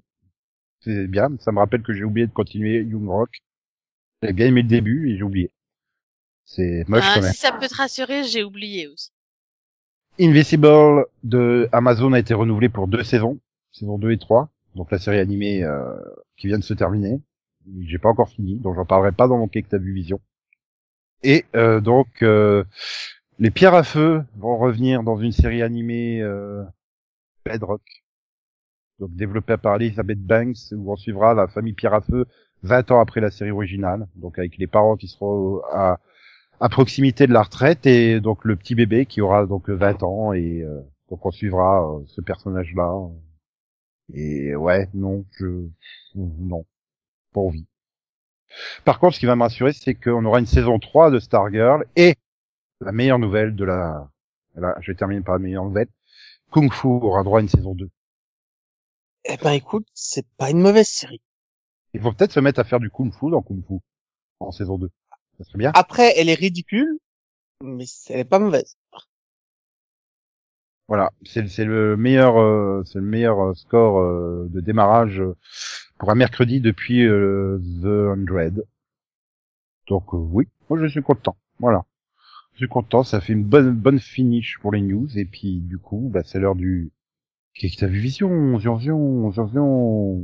C'est bien. Ça me rappelle que j'ai oublié de continuer Young Rock. J'avais bien aimé le début et j'ai oublié. C'est moche Ah, quand même. si ça peut te rassurer, j'ai oublié aussi. Invisible de Amazon a été renouvelé pour deux saisons, saison 2 et 3, donc la série animée euh, qui vient de se terminer. J'ai pas encore fini, donc j'en parlerai pas dans mon cake t'as vu vision. Et euh, donc euh, les pierres à feu vont revenir dans une série animée euh, Bedrock, donc développée par Elizabeth Banks où on suivra la famille Pierre à feu 20 ans après la série originale, donc avec les parents qui seront à à proximité de la retraite et donc le petit bébé qui aura donc 20 ans et euh, donc on suivra euh, ce personnage là et ouais non je non pas envie par contre ce qui va me rassurer c'est qu'on aura une saison 3 de Stargirl et la meilleure nouvelle de la là je termine par la meilleure nouvelle Kung Fu aura droit à une saison 2 Eh ben, écoute, c'est pas une mauvaise série. ils vont peut-être se mettre à faire du Kung Fu dans Kung Fu en saison 2 ça serait bien Après, elle est ridicule, mais elle est pas mauvaise. Voilà, c'est c'est le meilleur, euh, c'est le meilleur euh, score euh, de démarrage euh, pour un mercredi depuis euh, The 100. Donc euh, oui, moi je suis content. Voilà, je suis content. Ça fait une bonne bonne finish pour les news et puis du coup, bah, c'est l'heure du qu'est-ce que t'as vu Vision, vision, vision, vision.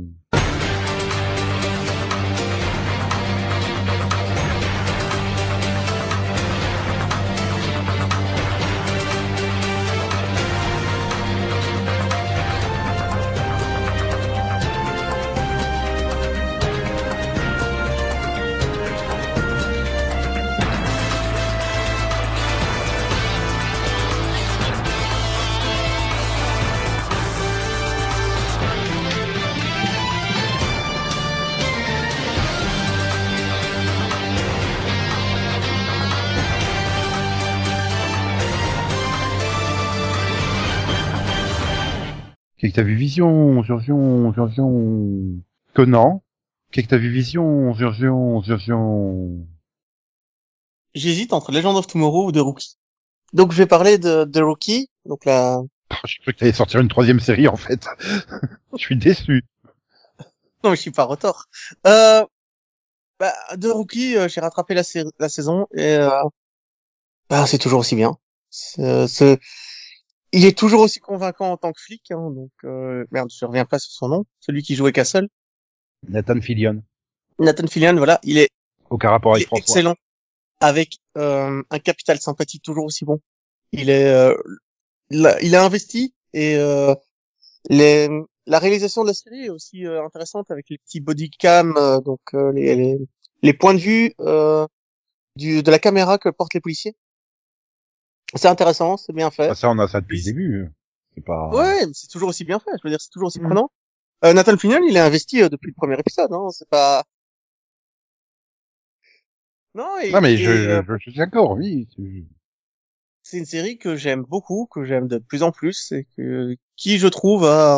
Qu'est-ce que t'as vu Vision, vision, vision, vision. Conan. Qu'est-ce que t'as vu Vision, vision, vision, vision. J'hésite entre Legend of Tomorrow ou The Rookie. Donc, je vais parler de, de Rookie, donc la, J'ai cru que t'allais sortir une troisième série en fait. je suis déçu. Non, mais je suis pas retort. Euh, bah, de Rookie, euh, j'ai rattrapé la, sa- la saison et euh, bah, c'est toujours aussi bien. C'est- c'est- Il est toujours aussi convaincant en tant que flic. hein, donc euh, merde, je reviens pas sur son nom. Celui qui jouait Castle, Nathan Fillion. Nathan Fillion. Voilà, il est, Aucun rapport il avec est François. excellent avec euh, un capital sympathie toujours aussi bon. Il est, euh, la- il a investi et euh, les, la réalisation de la série est aussi euh, intéressante avec les petits body cam, euh, donc euh, les, les, les points de vue euh, du, de la caméra que portent les policiers. C'est intéressant, c'est bien fait. Ah, ça, on a ça depuis le début. C'est pas. Ouais, mais c'est toujours aussi bien fait. Je veux dire, c'est toujours aussi prenant. Euh, Nathan Fillion, il est investi euh, depuis le premier épisode. Hein, c'est pas. Non, et, Non mais et, je, euh, je, je suis d'accord, oui. tu- c'est une série que j'aime beaucoup, que j'aime de plus en plus, et que, qui, je trouve, a,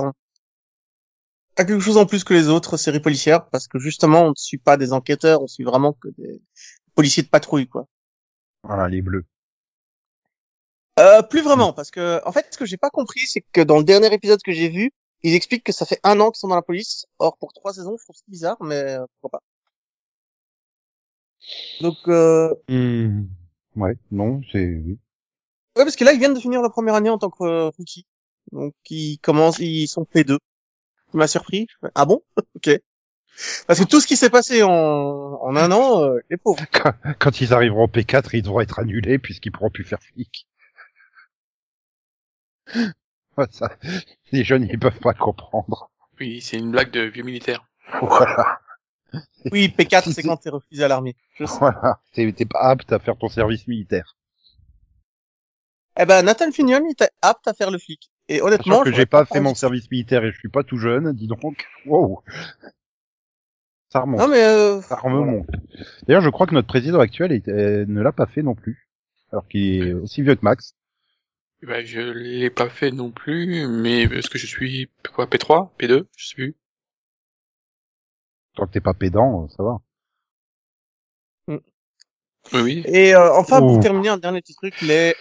a quelque chose en plus que les autres séries policières, parce que justement, on ne suit pas des enquêteurs, on suit vraiment que des policiers de patrouille, quoi. Voilà les bleus. Euh, plus vraiment, parce que, en fait, ce que j'ai pas compris, c'est que dans le dernier épisode que j'ai vu, ils expliquent que ça fait un an qu'ils sont dans la police. Or, pour trois saisons, je trouve ça bizarre, mais euh, pourquoi pas. Donc, euh, Hmm. Ouais, non, c'est oui. ouais, parce que là, ils viennent de finir la première année en tant que euh, rookie. Donc, ils commencent, ils sont P2. qui m'a surpris. Je fais, Ah bon? Ok. Parce que tout ce qui s'est passé en, en un an, euh, les pauvres. Quand, quand ils arriveront au P4, ils devront être annulés puisqu'ils pourront plus faire flic. Ouais, ça, les jeunes, ils peuvent pas comprendre. Oui, c'est une blague de vieux militaire. Voilà, Oui, P4, c'est quand t'es refusé à l'armée. Je sais. voilà. T'es t'es pas apte à faire ton service militaire. Eh ben, Nathan Fignon était apte à faire le flic. Et honnêtement, Sachant que j'aurais j'ai pas fait envie mon de- service militaire et je suis pas tout jeune, dis donc. Wow. Ça remonte. Non, mais, euh, Ça remonte. D'ailleurs, je crois que notre président actuel est- euh, ne l'a pas fait non plus. Alors qu'il est aussi vieux que Max. Eh Ben, je l'ai pas fait non plus, mais est-ce que je suis quoi P3, P2, je sais plus. Tant que t'es pas pédant, euh, ça va. Oui, oui. Et euh, enfin, Ouh. euh, pour terminer, un dernier petit truc, les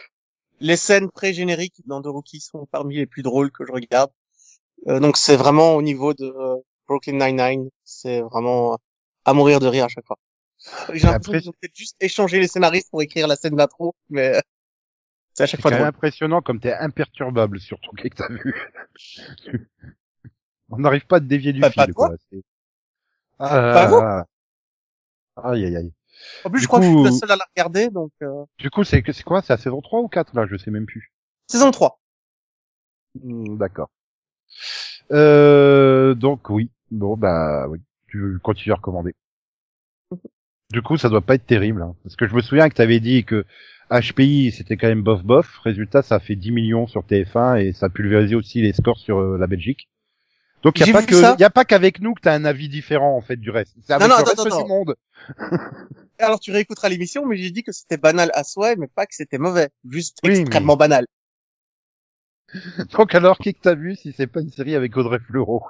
les scènes pré-génériques dans The Rookie sont parmi les plus drôles que je regarde. Euh, donc c'est vraiment au niveau de euh, Brooklyn Nine-Nine, c'est vraiment à mourir de rire à chaque fois. J'ai l'impression Après- qu'ils ont peut-être juste échangé les scénaristes pour écrire la scène d'intro, mais euh, c'est à C'est chaque quand fois même drôle. impressionnant comme t'es imperturbable sur ton que t'as vu. On n'arrive pas à te dévier du Bah, pas fil, toi. quoi. C'est- Pas vous. Ah, aïe, aïe, aïe. En plus, du je crois que je suis coup- la seule à la regarder, donc euh, Du coup, c'est, c'est quoi? C'est la saison 3 ou 4, là? Je sais même plus. saison 3. Hmm, D'accord. Euh, donc oui. Bon, bah, oui. Tu continues à recommander. Mhm. Du coup, ça doit pas être terrible, hein. Parce que je me souviens que t'avais dit que HPI, c'était quand même bof bof. Résultat, ça a fait 10 millions sur TF1 et ça a pulvérisé aussi les scores sur euh, la Belgique. Donc, il n'y J'ai a, pas vu que- ça. y a pas qu'avec nous que t'as un avis différent, en fait, du reste. C'est avec non, le attends, reste attends, du monde. Alors tu réécouteras l'émission, mais j'ai dit que c'était banal à souhait, mais pas que c'était mauvais, juste Oui, mais- extrêmement banal. Donc, alors, qui que t'as vu si c'est pas une série avec Audrey Fleurot?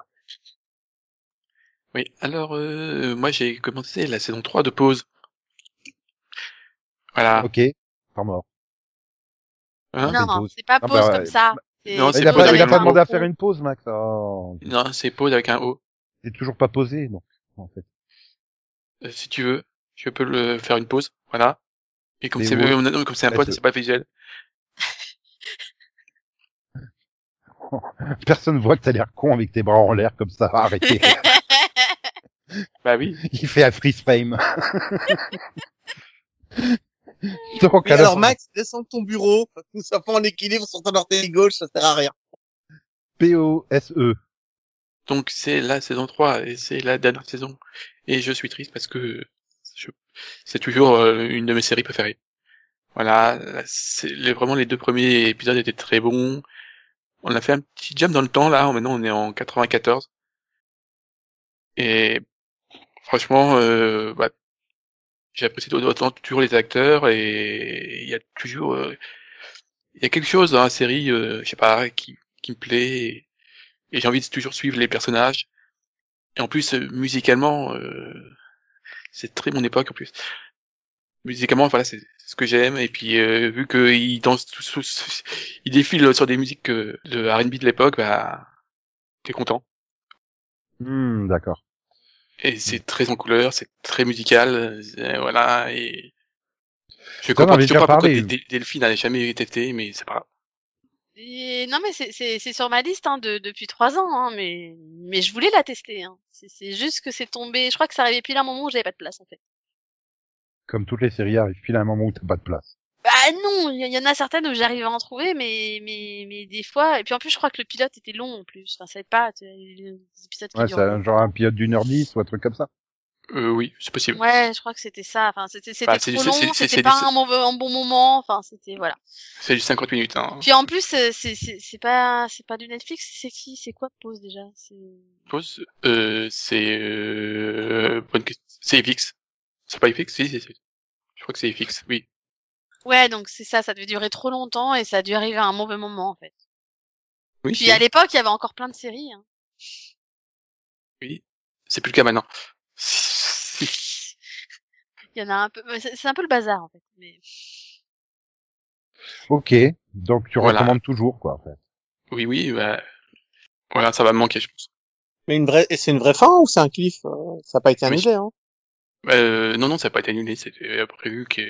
Oui, alors euh, moi j'ai commencé la saison 3 de Pause. Ah. Voilà. Ok. Pas mort. Hein c'est Non, pause. c'est pas Ah, pause bah, comme ouais. ça. C'est- Non, c'est Il a pause pas, il a avec pas un demandé mot. à faire une pause, Max. Oh. Non, c'est Pause avec un O. C'est toujours pas posé, non. En fait. Euh, si tu veux, tu peux le faire une pause. Voilà. Et comme Les c'est mots. euh, non, comme c'est un Bah, pote, c'est- c'est pas visuel. Personne voit que t'as l'air con avec tes bras en l'air comme ça. Arrêtez. Bah oui. Il fait un freeze frame. Donc, Mais alors Max, descends de ton bureau, nous sommes en équilibre sur ton orteil gauche, ça sert à rien. P-O-S-E. Donc c'est la saison 3 et c'est la dernière saison. Et je suis triste parce que je- c'est toujours euh, une de mes séries préférées. Voilà, c'est les- vraiment les deux premiers épisodes étaient très bons. On a fait un petit jump dans le temps là, maintenant on est en 94. Et franchement, euh, bah, j'apprécie autant toujours les acteurs et il y a toujours euh, il y a quelque chose dans la série, euh, je sais pas, qui, qui me plaît. Et et j'ai envie de toujours suivre les personnages. Et en plus, euh, musicalement, euh, c'est très mon époque en plus. Musicalement, voilà, c'est c'est ce que j'aime. Et puis, euh, vu qu'ils dansent tous, tous- ils défilent sur des musiques euh, de R&B de l'époque, bah, t'es content. Hmm, d'accord. Et Mm. c'est très en couleur, c'est très musical, euh, c'est- voilà. Et je on en comprends avait toujours déjà pas pourquoi parlé. Dé- Dé- Delphine n'avait jamais été testée, mais c'est pas grave. Et non mais c'est- c'est c'est sur ma liste hein, de, depuis trois ans hein, mais mais je voulais la tester hein. C'est- c'est juste que c'est tombé je crois que ça arrivait pile à un moment où j'avais pas de place en fait Comme toutes les séries arrivent pile à un moment où t'as pas de place. bah non il y, il y en a certaines où j'arrive à en trouver mais mais mais des fois et puis en plus je crois que le pilote était long en plus enfin ça aide pas tu- les épisodes qui Ouais, c'est durent un- genre un pilote d'une heure dix ou un truc comme ça. Euh, oui, c'est possible. ouais je crois que c'était ça enfin c'était c'était Bah, c'est trop du- c'est- long c'est- c'était c'est pas du- un bon, un bon moment enfin c'était voilà C'est du 50 minutes. Hein. puis en plus euh, c'est c'est c'est pas c'est pas du Netflix c'est qui c'est quoi pause déjà c'est pause, euh, c'est euh, bonne question. C'est FX. C'est pas FX, si, si, si. Je crois que c'est FX, oui. Ouais, donc c'est ça, ça devait durer trop longtemps et ça a dû arriver à un mauvais moment en fait. Oui, Puis c'est- à l'époque, il y avait encore plein de séries. hein. oui. C'est plus le cas maintenant. Si. Il y en a un peu, mais c'est c'est un peu le bazar en fait. Mais Ok. Donc, tu Voilà. recommandes toujours, quoi, en fait. Oui, oui, bah... Voilà, ça va me manquer, je pense. Mais une vraie, et c'est une vraie fin ou c'est un cliff euh, Ça n'a pas été Oui. annulé, hein Euh, non, non, ça n'a pas été annulé. C'était prévu que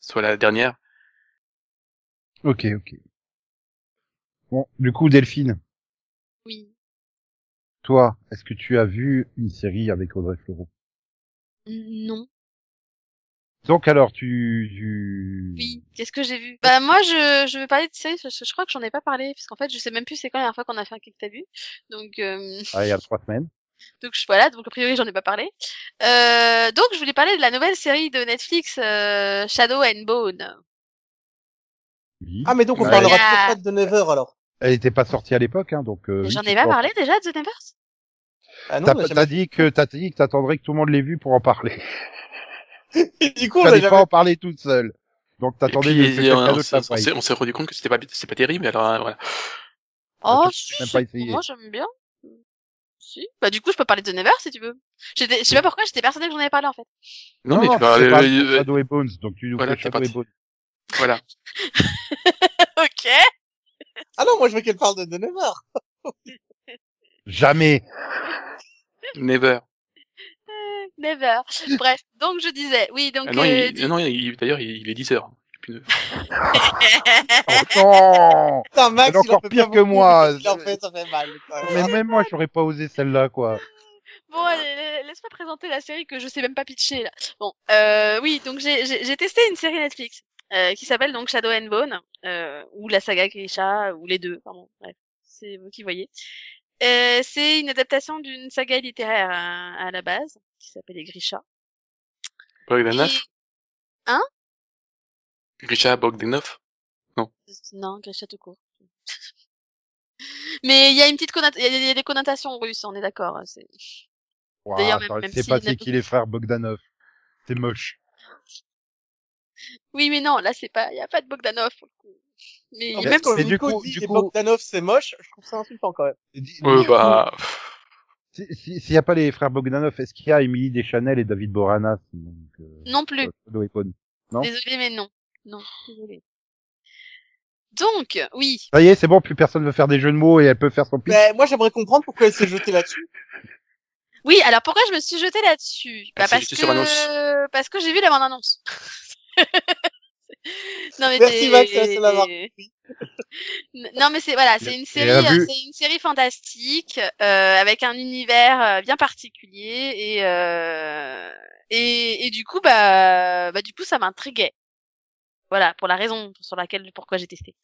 ce soit la dernière. Ok, ok. Bon, du coup, Delphine, oui, toi, est-ce que tu as vu une série avec Audrey Fleurot? non, Donc, alors, tu, tu... oui. Qu'est-ce que j'ai vu Bah moi, je je vais parler de séries parce que je crois que j'en ai pas parlé parce qu'en fait, je sais même plus c'est quand la dernière fois qu'on a fait un kick tabu. Donc euh, Ah, il y a trois semaines. donc je voilà, donc a priori j'en ai pas parlé. Euh, donc je voulais parler de la nouvelle série de Netflix euh, Shadow and Bone. Oui. Ah, mais donc on Ouais. parlera Ah. peut-être de Never alors Elle était pas sortie à l'époque, hein, donc. euh, oui, J'en tu ai pas peux en- parlé déjà de The Nevers Ah non, T'as on l'a pas- t'as dit que t'as dit que t'attendrais que tout le monde l'ait vu pour en parler. jamais- Du coup, on l'a T'allais pas jamais... en parler toute seule. Donc Et t'attendais puis, euh, que quelqu'un on d'autre la s'est- on fasse. s'est- on s'est rendu compte que c'était pas, c'était pas terrible, alors euh, voilà. Oh, Bah, tu- si, tu peux même si, pas essayer. moi j'aime bien. Si. Bah du coup, je peux parler de Never si tu veux. J'étais, je sais pas pourquoi, j'étais persuadée que j'en avais parlé en fait. Non, mais tu c'est parles... pas euh, euh, Shadow et Bones, donc tu nous voilà, fais t'es Shadow et parti. Bones. voilà. ok. Ok. Ah non, moi je veux qu'elle parle de Denver. Jamais. Never. Never. Bref, donc je disais, oui, donc. Ah non, euh, il- non, il- d'ailleurs, il, il est 10 heures. Puis, euh, Oh, non. Putain, Max, Elle est il en encore fait pas pire que beaucoup, moi. mais il en fait, ça fait mal. putain. Mais même moi, j'aurais pas osé celle-là, quoi. Bon, allez, la- laisse-moi présenter la série que je sais même pas pitcher là. Bon, euh, oui, donc j'ai- j'ai j'ai testé une série Netflix euh, qui s'appelle donc Shadow and Bone euh, ou la saga Grisha ou les deux, pardon. Bref, c'est vous qui voyez. Euh, c'est une adaptation d'une saga littéraire hein, à, la base qui s'appelle les Grisha. Bogdanov. Hein Grisha Bogdanov. Non, Grisha tout court. Mais il y a une petite connota- il y a- il y a des connotations russes, on est d'accord. hein, c'est- Ouah, D'ailleurs, même- attends, même c'est si pas il n'a c'est qui les frères Bogdanov. C'est moche. Oui, mais non, là c'est pas, il y a pas de Bogdanov pour le coup. Mais En Mais- même quand mais du Nico coup- dit du que coup- Bogdanov c'est moche, je trouve ça insultant quand même. Euh, bah, Si- si- S'il y a pas les frères Bogdanov, est-ce qu'il y a Émilie Deschanel et David Borana sinon, donc, euh, non plus. euh, Shadow Icon Non Désolée, mais non. Non, désolée. Donc, oui. Ça y est, c'est bon, plus personne veut faire des jeux de mots et elle peut faire son pitch. Mais moi j'aimerais comprendre pourquoi elle s'est jetée là-dessus. Oui, alors pourquoi je me suis jetée là-dessus Elle bah s'est parce, jetée sur que... parce que j'ai vu la bande-annonce. non, mais Merci, c'est- Max, hein, c'est la seule à avoir Non, mais c'est voilà, c'est une Et elle a série, vu. c'est une série fantastique euh, avec un univers euh, bien particulier et euh, et, et du coup bah bah du coup ça m'intriguait. Voilà pour la raison sur laquelle pourquoi j'ai testé.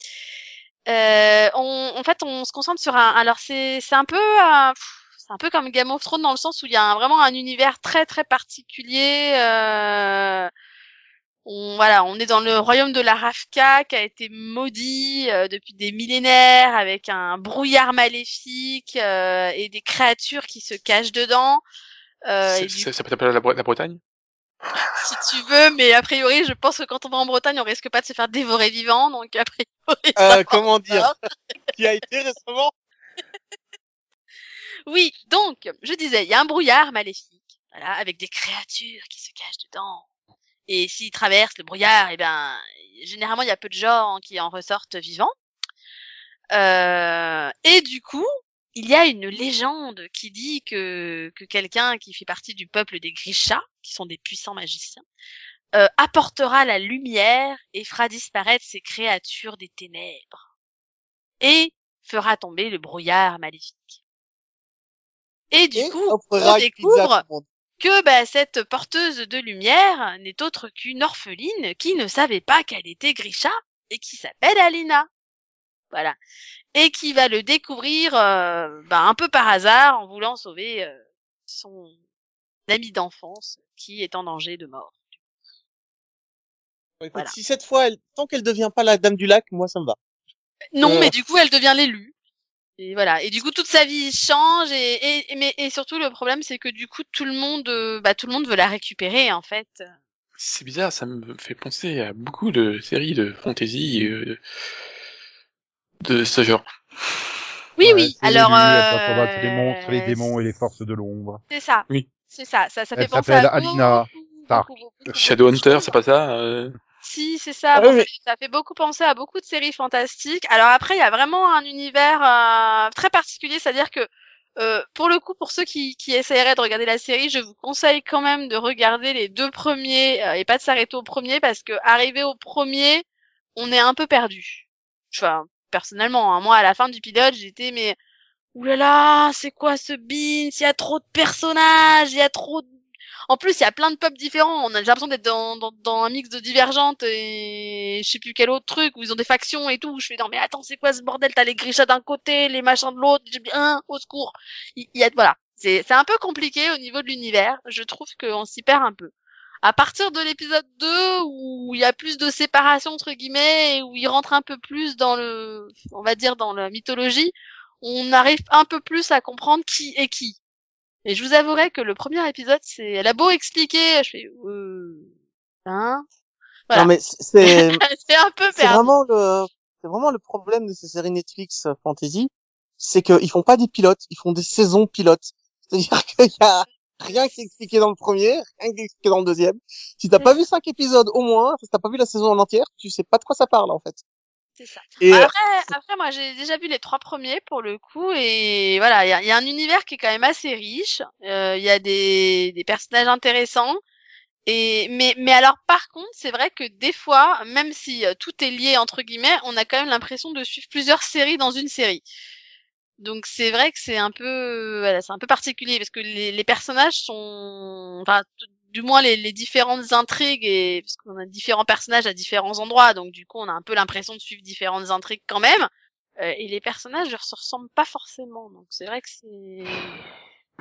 Euh, on, en fait, on se concentre sur un. Alors c'est c'est un peu un- pff, c'est un peu comme Game of Thrones dans le sens où il y a un- vraiment un univers très très particulier. Euh, on, voilà, on est dans le royaume de la Rafka qui a été maudit euh, depuis des millénaires avec un brouillard maléfique euh, et des créatures qui se cachent dedans. Euh, et ça, du ça- ça peut s'appeler la, Bre- la Bretagne. si tu veux, mais a priori, je pense que quand on va en Bretagne, on risque pas de se faire dévorer vivant, donc a priori. ça Euh, va comment dire encore. Qui a été récemment Oui, donc, je disais, il y a un brouillard maléfique, voilà, avec des créatures qui se cachent dedans. Et s'ils traversent le brouillard, eh ben, généralement, il y a peu de gens qui en ressortent vivants. Euh, et du coup, il y a une légende qui dit que, que quelqu'un qui fait partie du peuple des Grishas, qui sont des puissants magiciens, euh, apportera la lumière et fera disparaître ces créatures des ténèbres. Et fera tomber le brouillard maléfique. Et du Et coup, offrira on une pizza à tout découvre le monde. que bah, cette porteuse de lumière n'est autre qu'une orpheline qui ne savait pas qu'elle était Grisha et qui s'appelle Alina. Voilà. Et qui va le découvrir euh, bah, un peu par hasard en voulant sauver euh, son ami d'enfance qui est en danger de mort. Bon, écoute, Voilà. Si cette fois, elle... tant qu'elle devient pas la dame du lac, moi ça me va. Non, Euh. mais du coup, elle devient l'élu. Et voilà. Et du coup, toute sa vie change. Et, et, et- mais, et surtout, le problème, c'est que du coup, tout le monde, euh, bah, tout le monde veut la récupérer, en fait. C'est bizarre, ça me fait penser à beaucoup de séries de fantasy euh, de ce genre. Oui, Ouais, oui. c'est Alors, l'élu, elle doit combattre les euh, monstres, les démons et les forces de l'ombre. C'est ça. Oui. C'est ça. Ça, ça Elle fait penser s'appelle à Alina beaucoup, beaucoup, Stark. beaucoup, beaucoup, Shadowhunter, beaucoup de c'est pas ça euh, si, c'est ça. Ah oui, Bon, mais- Ça fait beaucoup penser à beaucoup de séries fantastiques. Alors après, il y a vraiment un univers euh, très particulier, c'est-à-dire que euh, pour le coup, pour ceux qui, qui essaieraient de regarder la série, je vous conseille quand même de regarder les deux premiers euh, et pas de s'arrêter au premier parce que arrivé au premier, on est un peu perdu. Enfin, personnellement, hein, moi à la fin du pilote, j'étais mais oulala, c'est quoi ce bin Il y a trop de personnages, il y a trop de en plus, il y a plein de peuples différents. On a j'ai l'impression d'être dans, dans, dans un mix de Divergente et je sais plus quel autre truc où ils ont des factions et tout. Je fais non mais attends, c'est quoi ce bordel T'as les Grisha d'un côté, les machins de l'autre. J'ai dit, un au secours. Il il y a voilà. C'est c'est un peu compliqué au niveau de l'univers. Je trouve qu'on s'y perd un peu. À partir de l'épisode 2 où il y a plus de séparation entre guillemets et où il rentre un peu plus dans le, on va dire dans la mythologie, on arrive un peu plus à comprendre qui est qui. Et je vous avouerai que le premier épisode, c'est, elle a beau expliquer, je fais, euh, hein, Voilà. Non mais c- c'est c'est un peu c'est perdu. vraiment le c'est vraiment le problème de ces séries Netflix euh, fantasy, c'est qu'ils font pas des pilotes, ils font des saisons pilotes. C'est-à-dire qu'il y a rien qui est expliqué dans le premier, rien qui est expliqué dans le Mm. deuxième. Si t'as pas vu cinq épisodes au moins, si t'as pas vu la saison en entière, tu sais pas de quoi ça parle en fait. C'est ça. Et euh, Après, après, moi, j'ai déjà vu les trois premiers pour le coup, et voilà, il y a, il y a un univers qui est quand même assez riche. euh, Il y a des, des personnages intéressants. Et mais, mais alors, par contre, c'est vrai que des fois, même si euh, tout est lié entre guillemets, on a quand même l'impression de suivre plusieurs séries dans une série. Donc c'est vrai que c'est un peu, euh, voilà, c'est un peu particulier parce que les, les personnages sont, enfin, t- du moins les, les différentes intrigues et parce qu'on a différents personnages à différents endroits, donc du coup on a un peu l'impression de suivre différentes intrigues quand même. Euh, et les personnages ne se ressemblent pas forcément, donc c'est vrai que c'est.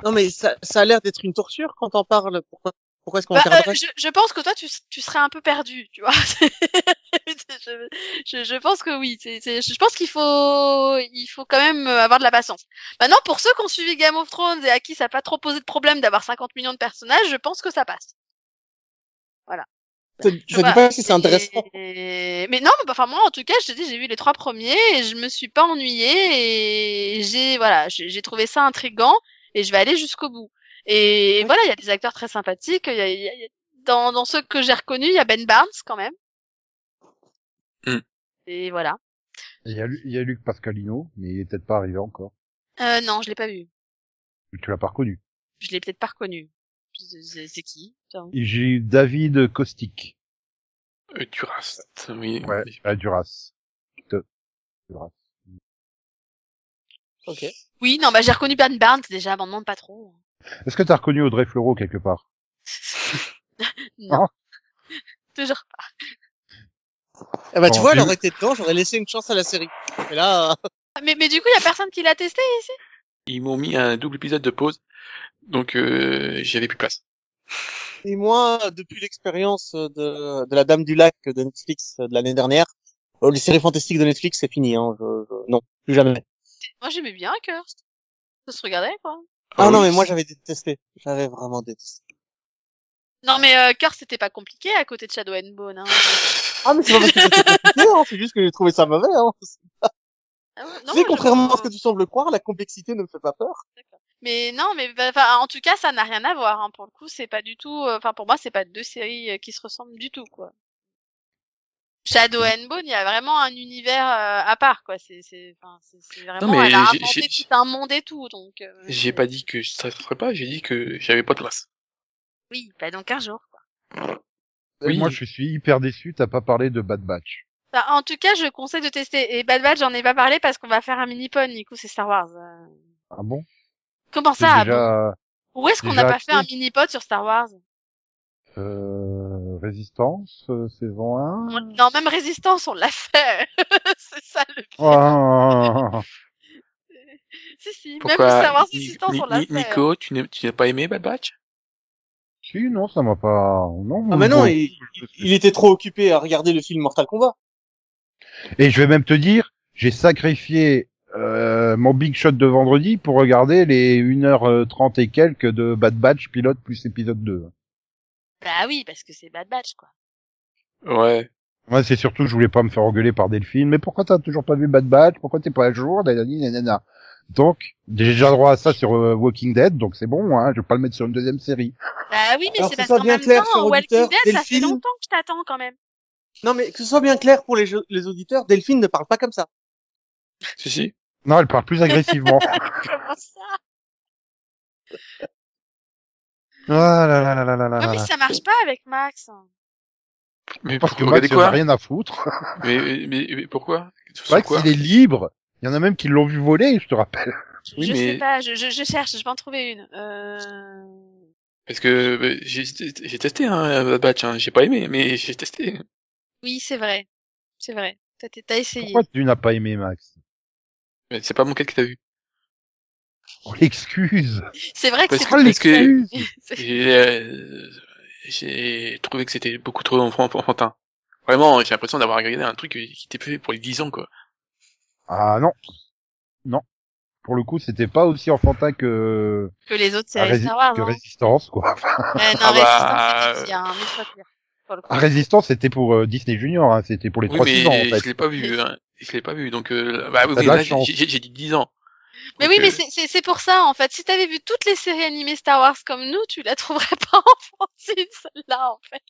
Non, mais ça, ça a l'air d'être une torture quand on parle. Pourquoi, pourquoi est-ce qu'on Bah, regarderait euh, je, je pense que toi tu, s- tu serais un peu perdu, tu vois. je, je, je pense que oui, c'est c'est- je pense qu'il faut il faut quand même euh, avoir de la patience. Maintenant pour ceux qui ont suivi Game of Thrones et à qui ça n'a pas trop posé de problème d'avoir 50 millions de personnages, je pense que ça passe. Ça, Je ça sais dit pas si c'est intéressant. Et- Mais non, mais enfin moi en tout cas, je te dis, j'ai vu les trois premiers et je me suis pas ennuyée et j'ai voilà, j'ai j'ai trouvé ça intrigant et je vais aller jusqu'au bout. Et, et voilà, il y a des acteurs très sympathiques. il y a- il y a- il y a- dans, dans ceux que j'ai reconnus, il y a Ben Barnes quand même. Hmm. Et voilà. Il y, a, Lu- il y a Luc Pascalino, mais il est peut-être pas arrivé encore. Euh, non, je l'ai pas vu. Tu l'as pas reconnu. Je l'ai peut-être pas reconnu. C'est- C'est c'est qui Attends. Et J'ai eu David Kostic. Euh, tu restes, oui. Ouais, à Duras. De- Duras. Ok. Oui, non, bah j'ai reconnu Ben Barnes déjà. M'en demande pas trop. Est-ce que t'as reconnu Audrey Fleurot quelque part Toujours. Eh ben, tu Bon, vois, elle je- aurait été dedans, j'aurais laissé une chance à la série. Et là, euh, pas. Mais mais du coup, il y a personne qui l'a testé ici. Ils m'ont mis un double épisode de pause, donc euh, j'avais plus de place. et moi, depuis l'expérience de, de la Dame du Lac de Netflix euh, de l'année dernière, euh, les séries fantastiques de Netflix, c'est fini, hein. je- je- non, plus jamais. Moi, j'aimais bien Kirst. Ça se regardait quoi. Ah, non, oui. mais moi, j'avais détesté. J'avais vraiment détesté. Non mais euh, Curse c'était pas compliqué à côté de Shadow and Bone. Hein. Ah, mais c'est pas parce que c'était compliqué, hein, c'est juste que j'ai trouvé ça mauvais, hein. Ah ouais, tu sais, je- contrairement à ce que tu sembles croire, la complexité ne me fait pas peur. Mais non mais bah, enfin, en tout cas ça n'a rien à voir. Hein. Pour le coup c'est pas du tout. euh, Enfin pour moi c'est pas deux séries euh, qui se ressemblent du tout quoi. Shadow and Bone il y a vraiment un univers euh, à part quoi. C'est c'est enfin, c'est- c'est vraiment mais elle a j'ai- inventé j'ai- tout un monde et tout donc. euh, J'ai c'est- pas dit que je ne serais pas, j'ai dit que j'avais pas de place. Oui bah donc un jour. Oui. Euh, Moi, je suis hyper déçu, t'as pas parlé de Bad Batch. Enfin, Bah, en tout cas je conseille de tester. Et Bad Batch j'en ai pas parlé parce qu'on va faire un mini pon du coup c'est Star Wars. euh. Ah bon? Comment C'est ça ah bon déjà, Où est-ce qu'on déjà n'a pas fait un acquis. mini pod sur Star Wars euh, Résistance, euh, saison 1. On- Non, même résistance, on l'a fait. c'est ça le pire. Ah. Si, si, même Pourquoi savoir Ni- résistance, Ni- on l'a Ni- fait. Nico, tu n'as tu n'as pas aimé Bad Batch Si, non, ça m'a pas, bah non. Ah, mais non, bon. il, il était trop occupé à regarder le film Mortal Kombat. Et je vais même te dire, j'ai sacrifié euh, mon big shot de vendredi pour regarder les 1h30 et quelques de Bad Batch pilote plus épisode 2. Bah oui, parce que c'est Bad Batch, quoi. Ouais. Moi, c'est surtout que je voulais pas me faire engueuler par Delphine. Mais pourquoi t'as toujours pas vu Bad Batch Pourquoi t'es pas à jour Nanani, nanana. Donc, j'ai déjà droit à ça sur euh, Walking Dead, donc c'est bon, hein, je vais pas le mettre sur une deuxième série. Bah oui, mais Alors, c'est que parce ça qu'en soit bien même clair, temps, chers Walking auditeurs, Dead, ça fait Delphine. longtemps que je t'attends quand même. Non, mais que ce soit bien clair pour les, jeux- les auditeurs, Delphine ne parle pas comme ça. Si, si. Non, elle parle plus agressivement. Comment ça ah là là là là là là Ouais, là mais là. ça marche pas avec Max. hein. Mais Parce que pourquoi- regardez Max, il en a quoi rien à foutre. mais, mais, mais pourquoi Sur Max, quoi il est libre. Il y en a même qui l'ont vu voler, je te rappelle. Je, Oui, je mais- sais pas, je, je, je cherche, je vais en trouver une. Euh... Parce que bah, j'ai j'ai testé hein, Bad Batch, hein. j'ai pas aimé, mais j'ai testé. Oui, c'est vrai. C'est vrai. T'as t'as essayé. Pourquoi tu n'as pas aimé Max Mais C'est pas mon cas que t'as vu. On l'excuse. C'est vrai que Parce c'est On que- parce l'excuse. c'est- J'ai euh, j'ai trouvé que c'était beaucoup trop enfant- enfantin. Vraiment, j'ai l'impression d'avoir regardé un truc qui était fait pour les 10 ans, quoi. Ah non. Non. Pour le coup, c'était pas aussi enfantin que, que les autres à séries Rési- Star Wars. que hein. Résistance, quoi. Ouais, Ah non, bah, Résistance, c'est pire, hein, mille fois pire, pour le coup. Ah, Résistance, c'était pour euh, Disney Junior, hein, c'était pour les Oui, trois mais six ans, en fait. je l'ai pas vu, hein. Je l'ai pas vu, donc euh, bah oui, T'as oui, de la là, j'ai chance. j'ai- j'ai dit 10 ans. Mais Donc, oui, mais euh, c'est- c'est c'est pour ça, en fait. Si t'avais vu toutes les séries animées Star Wars comme nous, tu la trouverais pas enfantine, celle-là, en fait.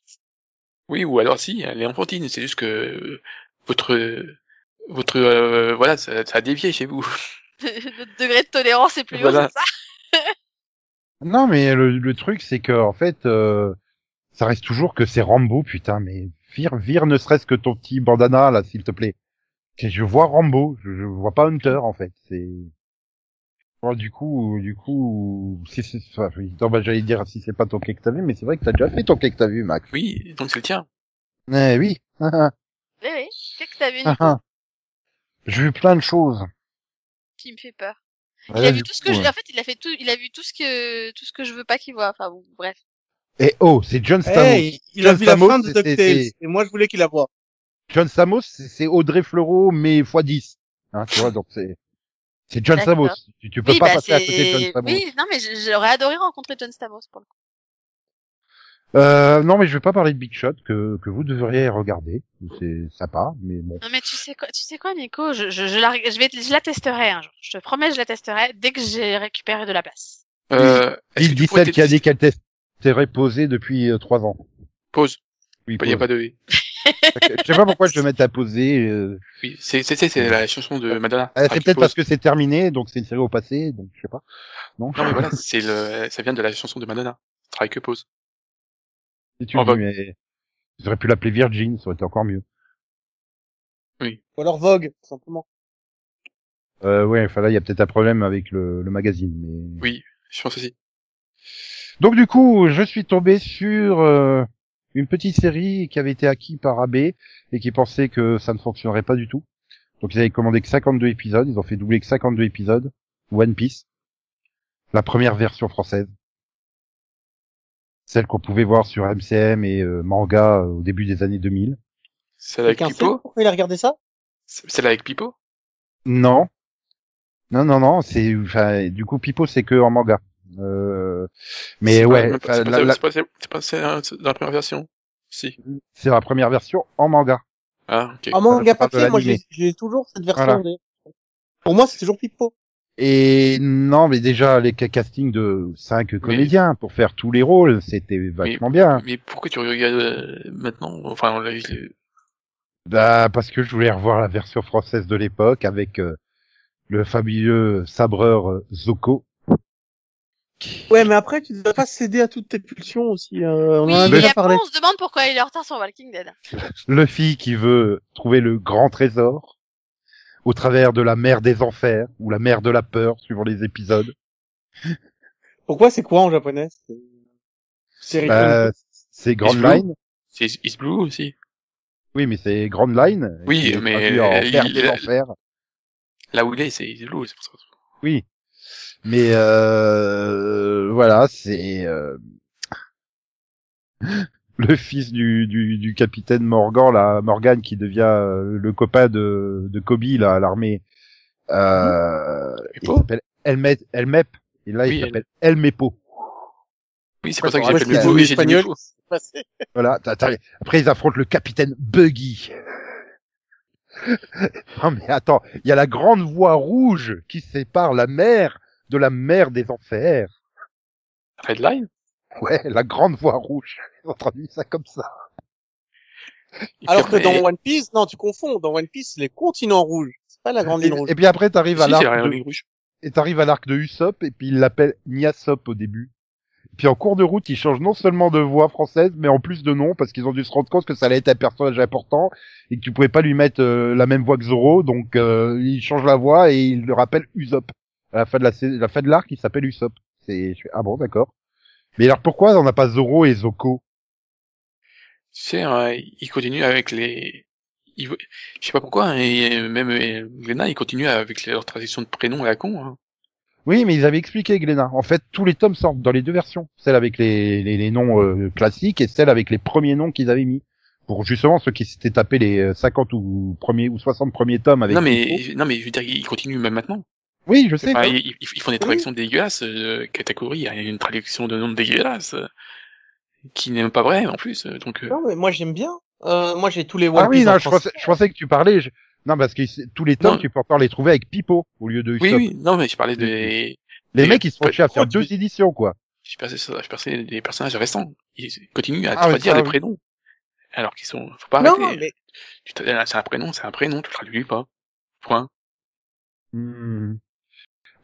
Oui, ou alors si, elle est enfantine, c'est juste que euh, votre euh, votre euh, voilà, ça, ça a dévié chez vous. Notre degré de tolérance est plus haut, Voilà. c'est ça Non, mais le, le truc, c'est que en fait, euh, ça reste toujours que c'est Rambo, putain. Mais vire, vire, ne serait-ce que ton petit bandana là, s'il te plaît. Que Je vois Rambo, je, je vois pas Hunter en fait. C'est Bon, du coup, du coup, si c'est, enfin, oui, non, bah, j'allais dire si c'est pas ton cake que t'as vu, mais c'est vrai que t'as déjà fait ton cake que t'as vu, Max. Oui, donc c'est le tien. Eh oui. Oui, oui. Qu'est-ce que t'as Ah, vu, Nico J'ai vu plein de choses. qui me fait peur Il Voilà, a vu du tout ce coup, que je... euh, En fait, il a fait tout. Il a vu tout ce que tout ce que je veux pas qu'il voit. Enfin bon, bref. Et oh, c'est John Stamos. Hey, Eh, il a John vu la Stamos, fin de c'est- DuckTales. c'est- Et moi, je voulais qu'il la voie. John Stamos, c'est c'est Audrey Fleurot, mais x 10. Hein, tu vois, donc c'est, c'est John D'accord. bah, Stamos. Tu, tu peux pas passer à côté de John c'est- Stamos. oui, non, mais je- j'aurais adoré rencontrer John Stamos pour le coup. Euh, non, mais je vais pas parler de Big Shot que, que vous devriez regarder. C'est sympa, mais bon. Non, mais tu sais quoi, tu sais quoi, Nico, je, je, je la, je vais, je la testerai un jour. Je te promets, je la testerai dès que j'ai récupéré de la place. Euh, est-ce que Il tu dit pourrais celle qui a t'aider- dit qu'elle était était reposée depuis euh, trois ans. Pause. Oui, Bah, Il n'y a pose. pas de. Je sais pas pourquoi je te mets à poser. euh, Oui, c'est c'est c'est- c'est la chanson de Madonna. euh, Ah, c'est qui peut-être pose. parce que c'est terminé, donc c'est une série au passé, donc je sais pas. Non, Non mais voilà, c'est le, ça vient de la chanson de Madonna. Travail que pose. si tu le on dis, va- mais j'aurais pu l'appeler Virgin, ça aurait été encore mieux. Ou alors Vogue, tout simplement. Euh, ouais, enfin là, il y a peut-être un problème avec le, le magazine. Mais... Oui, je pense aussi. Donc du coup, je suis tombé sur euh, une petite série qui avait été acquise par AB et qui pensait que ça ne fonctionnerait pas du tout. Donc ils avaient commandé que 52 épisodes, ils ont fait doubler que 52 épisodes, One Piece, la première version française, celle qu'on pouvait voir sur MCM et euh, manga euh, au début des années 2000. Celle avec Quelqu'un sait Pipo. pourquoi il a regardé ça? Celle avec Pipo. Non. Non, non, non, c'est, enfin, du coup, Pipo, c'est que en manga. Euh, mais C'est pas- ouais, même pas- enfin, C'est la- la- pas- c'est pas, c'est pas celle dans la première version. Si. c'est la première version en manga. Ah ok. En manga je parle de papier, moi, l'animé. j'ai j'ai toujours cette version. Voilà. des- Pour moi, c'est toujours Pipo. Et non, mais déjà, les ca- castings de cinq comédiens pour faire tous les rôles, c'était vachement bien. Mais pourquoi tu regardes euh, maintenant Enfin, on l'a vu, euh, Bah, parce que je voulais revoir la version française de l'époque avec euh, le fabuleux sabreur euh, Zoko. Ouais, mais après, tu ne dois pas céder à toutes tes pulsions aussi. euh, on Oui, en mais- a et déjà après, parlé. on se demande pourquoi il est en retard sur Walking Dead. Luffy qui veut trouver le grand trésor au travers de la mer des enfers ou la mer de la peur, suivant les épisodes. Pourquoi c'est quoi en japonais C'est- C'est Bah, c'est Grand Blue. Line. c'est Is Blue aussi. Oui, mais c'est Grand Line. Oui, qui est mais traduit en il- Terre il- des Enfers. Là où il est, c'est Is Blue. C'est pour ça. Oui. Mais euh, voilà, c'est euh, le fils du, du, du capitaine Morgan, là, Morgan qui devient euh, le copain de, de Kobe là à l'armée. Euh, il Mepo s'appelle Elmet, Elmep. Et là, Hum. Oui, il s'appelle Elmepo. Oui, c'est pour ça que Ouais, j'appelle c'est Mipo. Oui, j'ai dit espagnol. Mipo. passé. Voilà. t'as- t'as- Après, ils affrontent le capitaine Buggy. non mais attends, il y a la grande voie rouge qui sépare la mer de la mer des enfers. Red Line. Ouais, la grande voie rouge. Ils ont traduit ça comme ça. Et puis Alors que après- dans One Piece, non, tu confonds. Dans One Piece, c'est les continents rouges. C'est pas la grande Et, ligne rouge. et puis après, t'arrives Si, à c'est la l'arc de, ligne rouge. et t'arrives à l'arc de Usopp, et puis il l'appelle Nyasop au début. Puis en cours de route, ils changent non seulement de voix française, mais en plus de nom, parce qu'ils ont dû se rendre compte que ça allait être un personnage important, et que tu pouvais pas lui mettre euh, la même voix que Zoro, donc euh, ils changent la voix et ils le rappellent Usopp. À la fin de la, sais- la fin de l'arc, il s'appelle Usopp. C'est, je fais, ah bon, d'accord. Mais alors pourquoi on n'a pas Zoro et Zoko Tu sais, hein, il continue avec les. il- Je sais pas pourquoi, hein, et euh, même euh, Glenna, il continue avec leur tradition de prénom à la con. Hein. Oui, mais ils avaient expliqué Glénat. En fait, tous les tomes sortent dans les deux versions, celle avec les, les, les noms euh, classiques et celle avec les premiers noms qu'ils avaient mis pour justement ceux qui s'étaient tapés les euh, 50 ou premiers ou 60 premiers tomes avec. Non Pipo. mais non mais je veux dire, ils continuent même maintenant. oui, je sais. Enfin, ils, ils- ils font des traductions dégueulasses. Euh, Katakuri, il y a une traduction de nom dégueulasse euh, qui n'est même pas vraie en plus. euh, Donc euh, Non, mais moi, j'aime bien. Euh, moi, j'ai tous les One ah oui, Piece. non, en je pensais, français. je pensais que tu parlais. je- Non, parce que c'est- tous les tomes, Non. tu peux encore les trouver avec Pipo au lieu de oui Usopp. oui, non mais je parlais des. Les Mais mecs, ils se font peut- chier à faire pourquoi tu- deux éditions, quoi. Je pensais ça- je pensais des personnages récents. Ils continuent à Ah oui, traduire ça, les oui. prénoms. Alors qu'ils sont. Faut pas Non, Bah, arrêter. mais Tu tra- C'est un prénom, c'est un prénom. Tu le traduis pas. points. Hmm.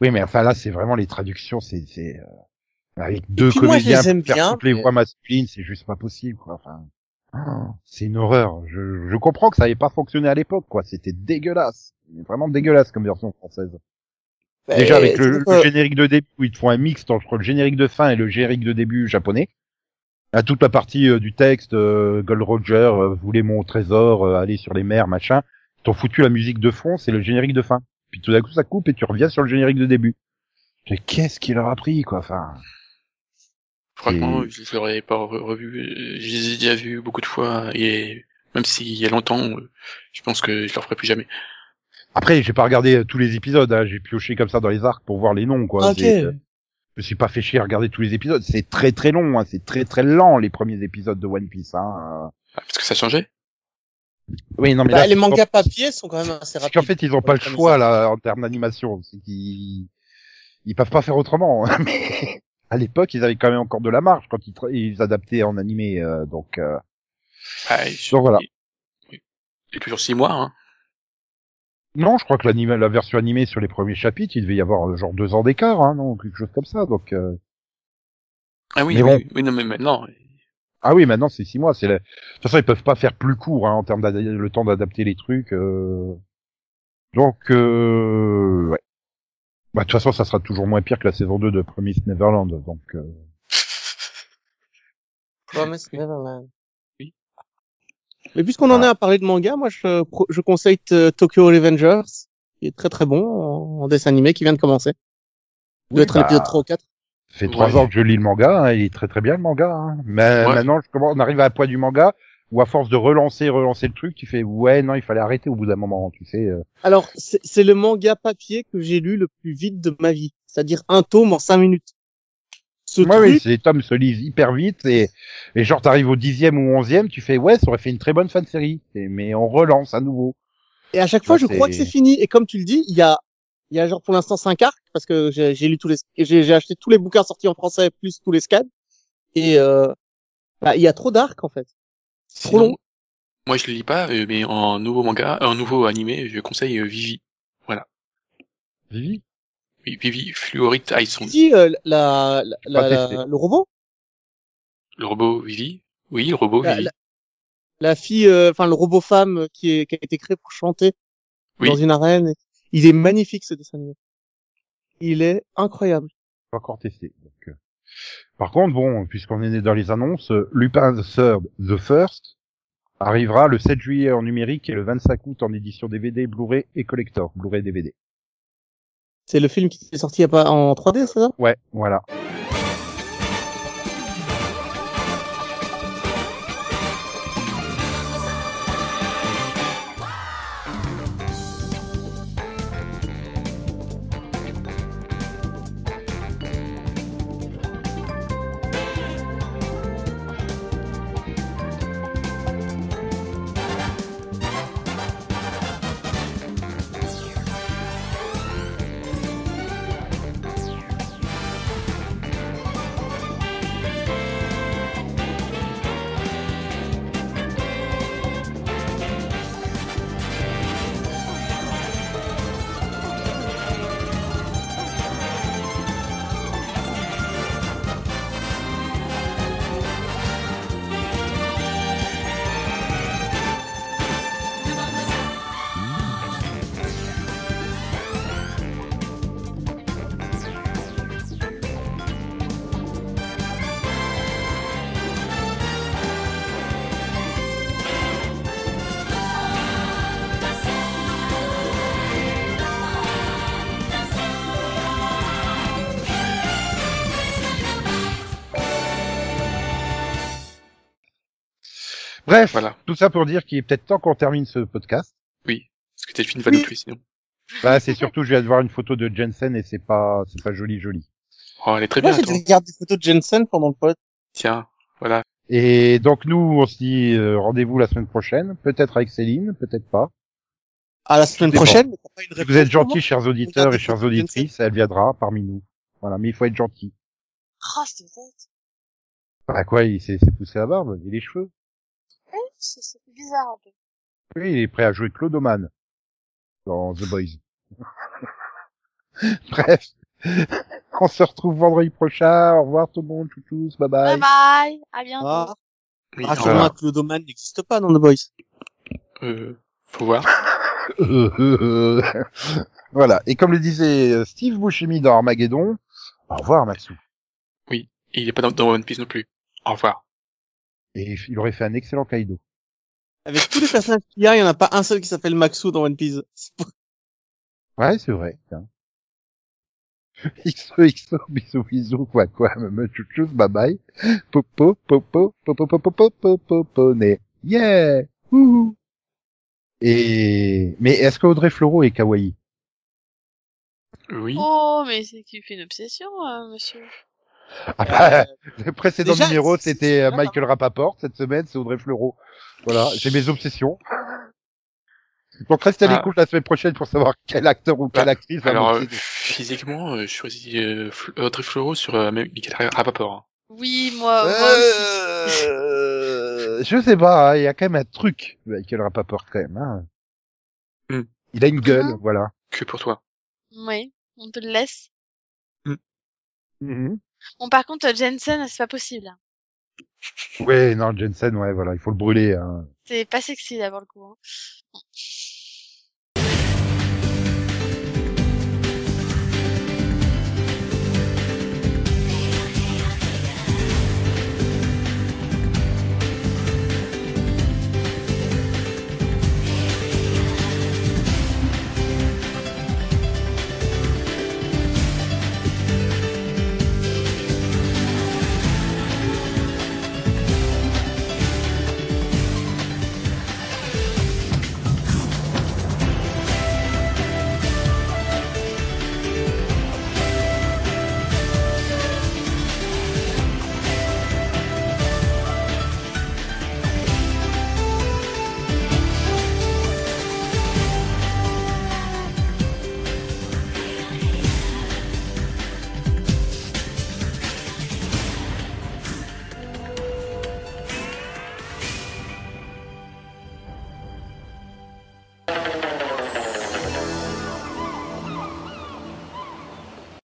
Oui, mais enfin là, c'est vraiment les traductions, c'est c'est, euh, avec deux puis moi, je comédiens les aime pour faire bien, toutes les mais- voix masculines, c'est juste pas possible, quoi. Enfin, oh, c'est une horreur. Je, je comprends que ça n'avait pas fonctionné à l'époque, quoi. C'était dégueulasse, Mais vraiment dégueulasse comme version française. Déjà avec le, le générique de début, où ils te font un mixte entre le générique de fin et le générique de début japonais. À toute la partie euh, du texte, euh, Gold Roger euh, voulait mon trésor, euh, aller sur les mers, machin. Ils t'ont foutu la musique de fond, c'est le générique de fin. Puis tout d'un coup, ça coupe et tu reviens sur le générique de début. Mais qu'est-ce qu'il leur a pris, quoi, enfin. Franchement, je ne l'aurais pas re- revu. Je les ai déjà vus beaucoup de fois. hein, Et même s'il y a longtemps, euh, je pense que je ne le ferai plus jamais. Après, j'ai pas regardé euh, tous les épisodes, hein, j'ai pioché comme ça dans les arcs pour voir les noms, quoi. Ok. J'ai- euh, Je me suis pas fait chier à regarder tous les épisodes. C'est très très long, hein, c'est très très lent les premiers épisodes de One Piece. Hein. Ah, Parce que ça changeait. Euh, Oui, non mais Bah, là, les c'est- mangas papier sont quand même assez Parce rapides. qu'en fait, ils ont pas le choix là en termes d'animation. C'est qu'ils ils peuvent pas faire autrement. hein, Mais à l'époque, ils avaient quand même encore de la marge quand ils, tra- ils adaptaient en animé. euh, donc, euh, Ah, il donc voilà. y a toujours six mois. Hein. Non, je crois que l'anime- la version animée sur les premiers chapitres, il devait y avoir euh, genre deux ans d'écart, hein, non, quelque chose comme ça. Donc euh, Ah oui, Mais oui, bon. oui, oui, non, mais maintenant. ah oui, maintenant c'est six mois. C'est la- de toute façon, ils peuvent pas faire plus court hein, en termes d'ad- le temps d'adapter les trucs. euh. Donc euh... ouais. Bah, de toute façon, ça sera toujours moins pire que la saison 2 de Promise Neverland. Donc euh, Promise Neverland. Oui. Mais puisqu'on Ah. en est à parler de manga, moi je, pro- je conseille euh, Tokyo Revengers, qui est très très bon en, en dessin animé, qui vient de commencer. Il doit Oui, être à l'épisode bah, 3 ou 4. Ça fait Ouais. trois ans que je lis le manga, hein, il est très très bien le manga. hein. Mais Ouais. maintenant, je commence, on arrive à un point du manga où à force de relancer, relancer le truc, tu fais ouais non, il fallait arrêter au bout d'un moment, tu sais. euh. Alors, c'est c'est le manga papier que j'ai lu le plus vite de ma vie. C'est-à-dire un tome en 5 minutes. Ce Ouais, truc, oui, c'est- les tomes se lisent hyper vite et, et genre t'arrives au dixième ou onzième, tu fais ouais, ça aurait fait une très bonne fin de série. Et- mais on relance à nouveau. Et à chaque fois, Ouais, je crois que c'est- c'est fini. Et comme tu le dis, il y a, il y a genre pour l'instant cinq arcs parce que j'ai j'ai lu tous les, j'ai j'ai acheté tous les bouquins sortis en français plus tous les scans. Et euh, bah, il y a trop d'arcs en fait. C'est Trop Sinon, long. Moi, je le lis pas, euh, mais en nouveau manga, en nouveau animé, je conseille euh, Vivi. Vivi Oui, Vivi Fluorite Aison. Si euh, la, la, pas la- testé. le robot, Le robot Vivi. Oui, le robot la, Vivi. la- la fille, euh, enfin le robot femme qui, est, qui a été créé pour chanter Oui. dans une arène. Il est magnifique ce dessin animé. Il est incroyable. Pas encore testé. donc, euh. Par contre, bon, puisqu'on est dans les annonces, euh, Lupin the Third, The First arrivera le 7 juillet en numérique et le 25 août en édition DVD, Blu-ray et collector, Blu-ray DVD. C'est le film qui est sorti il y a pas en 3D, c'est ça Ouais, voilà. Bref, Voilà. tout ça pour dire qu'il est peut-être temps qu'on termine ce podcast. Parce que Delphine va nous tuer sinon. Bah, c'est surtout, je viens de voir une photo de Jensen et c'est pas, c'est pas joli, joli. Oh, elle est très Moi bien, j'ai attends. regardé des photos de Jensen pendant le pod. Tiens, voilà. Et donc, nous, on se dit, euh, rendez-vous la semaine prochaine. Peut-être avec Céline, peut-être pas. À la semaine Tout dépend. prochaine. mais t'as pas Si une vous réponse êtes pour moi. gentils, chers auditeurs et Regardez chères photo de auditrices, elle viendra parmi nous. Voilà, mais il faut être gentil. Oh, c'est bête. Bah quoi, il s'est s'est poussé la barbe et les cheveux. Ouais, C'est c'est bizarre un peu. Oui, il est prêt à jouer Clodoman. dans The Boys. Bref, on se retrouve vendredi prochain. Au revoir tout le monde, tous, bye bye. Bye bye, à bientôt. Ah, Oui, ah non, voilà. sûrement que le domaine n'existe pas dans The Boys. euh, faut voir. Euh, euh, euh. voilà. Et comme le disait euh, Steve Buscemi dans Armageddon, au revoir Maxou. Il est pas dans, dans One Piece non plus. Au revoir. Et il aurait fait un excellent Kaido. Avec tous les personnages qu'il y a, il y en a pas un seul qui s'appelle Maxou dans One Piece. C'est pour- Ouais, c'est vrai. tiens. XO, XO, bisous, bisous, quoi, quoi, me, me, tchou, tchou, bye bye. Popo, popo, popo, popo, popo, popo, né. Yeah! Wouhou! Et, mais est-ce que Audrey Fleurot est kawaii? Oui. Oh, mais c'est qu'il fait une obsession, euh, monsieur. Ah bah, le précédent déjà, numéro, c'est- c'était euh, c'est- Michael Rapaport. Cette semaine, c'est Audrey Fleurot. Voilà, j'ai mes obsessions. Donc restez à Ah. l'écoute la semaine prochaine pour savoir quel acteur ou quelle Bah, actrice va Alors, euh, manquer. physiquement, euh, je choisis euh, Fl- Audrey Fleurot sur euh, Michael Rapaport. hein. Oui, Euh, moi, moi aussi. euh, Euh, je sais pas, hein, il y a quand même un truc, Michael Rapaport, quand même. hein. Hmm. Il a une Ah. gueule, voilà. Que pour toi. Oui, on te le laisse. Mm-hmm. Mhm. Bon, par contre, euh, Jensen, c'est pas possible. hein. Ouais, non, Jensen, ouais, voilà, il faut le brûler. hein. C'est pas sexy, là, pour le coup. hein.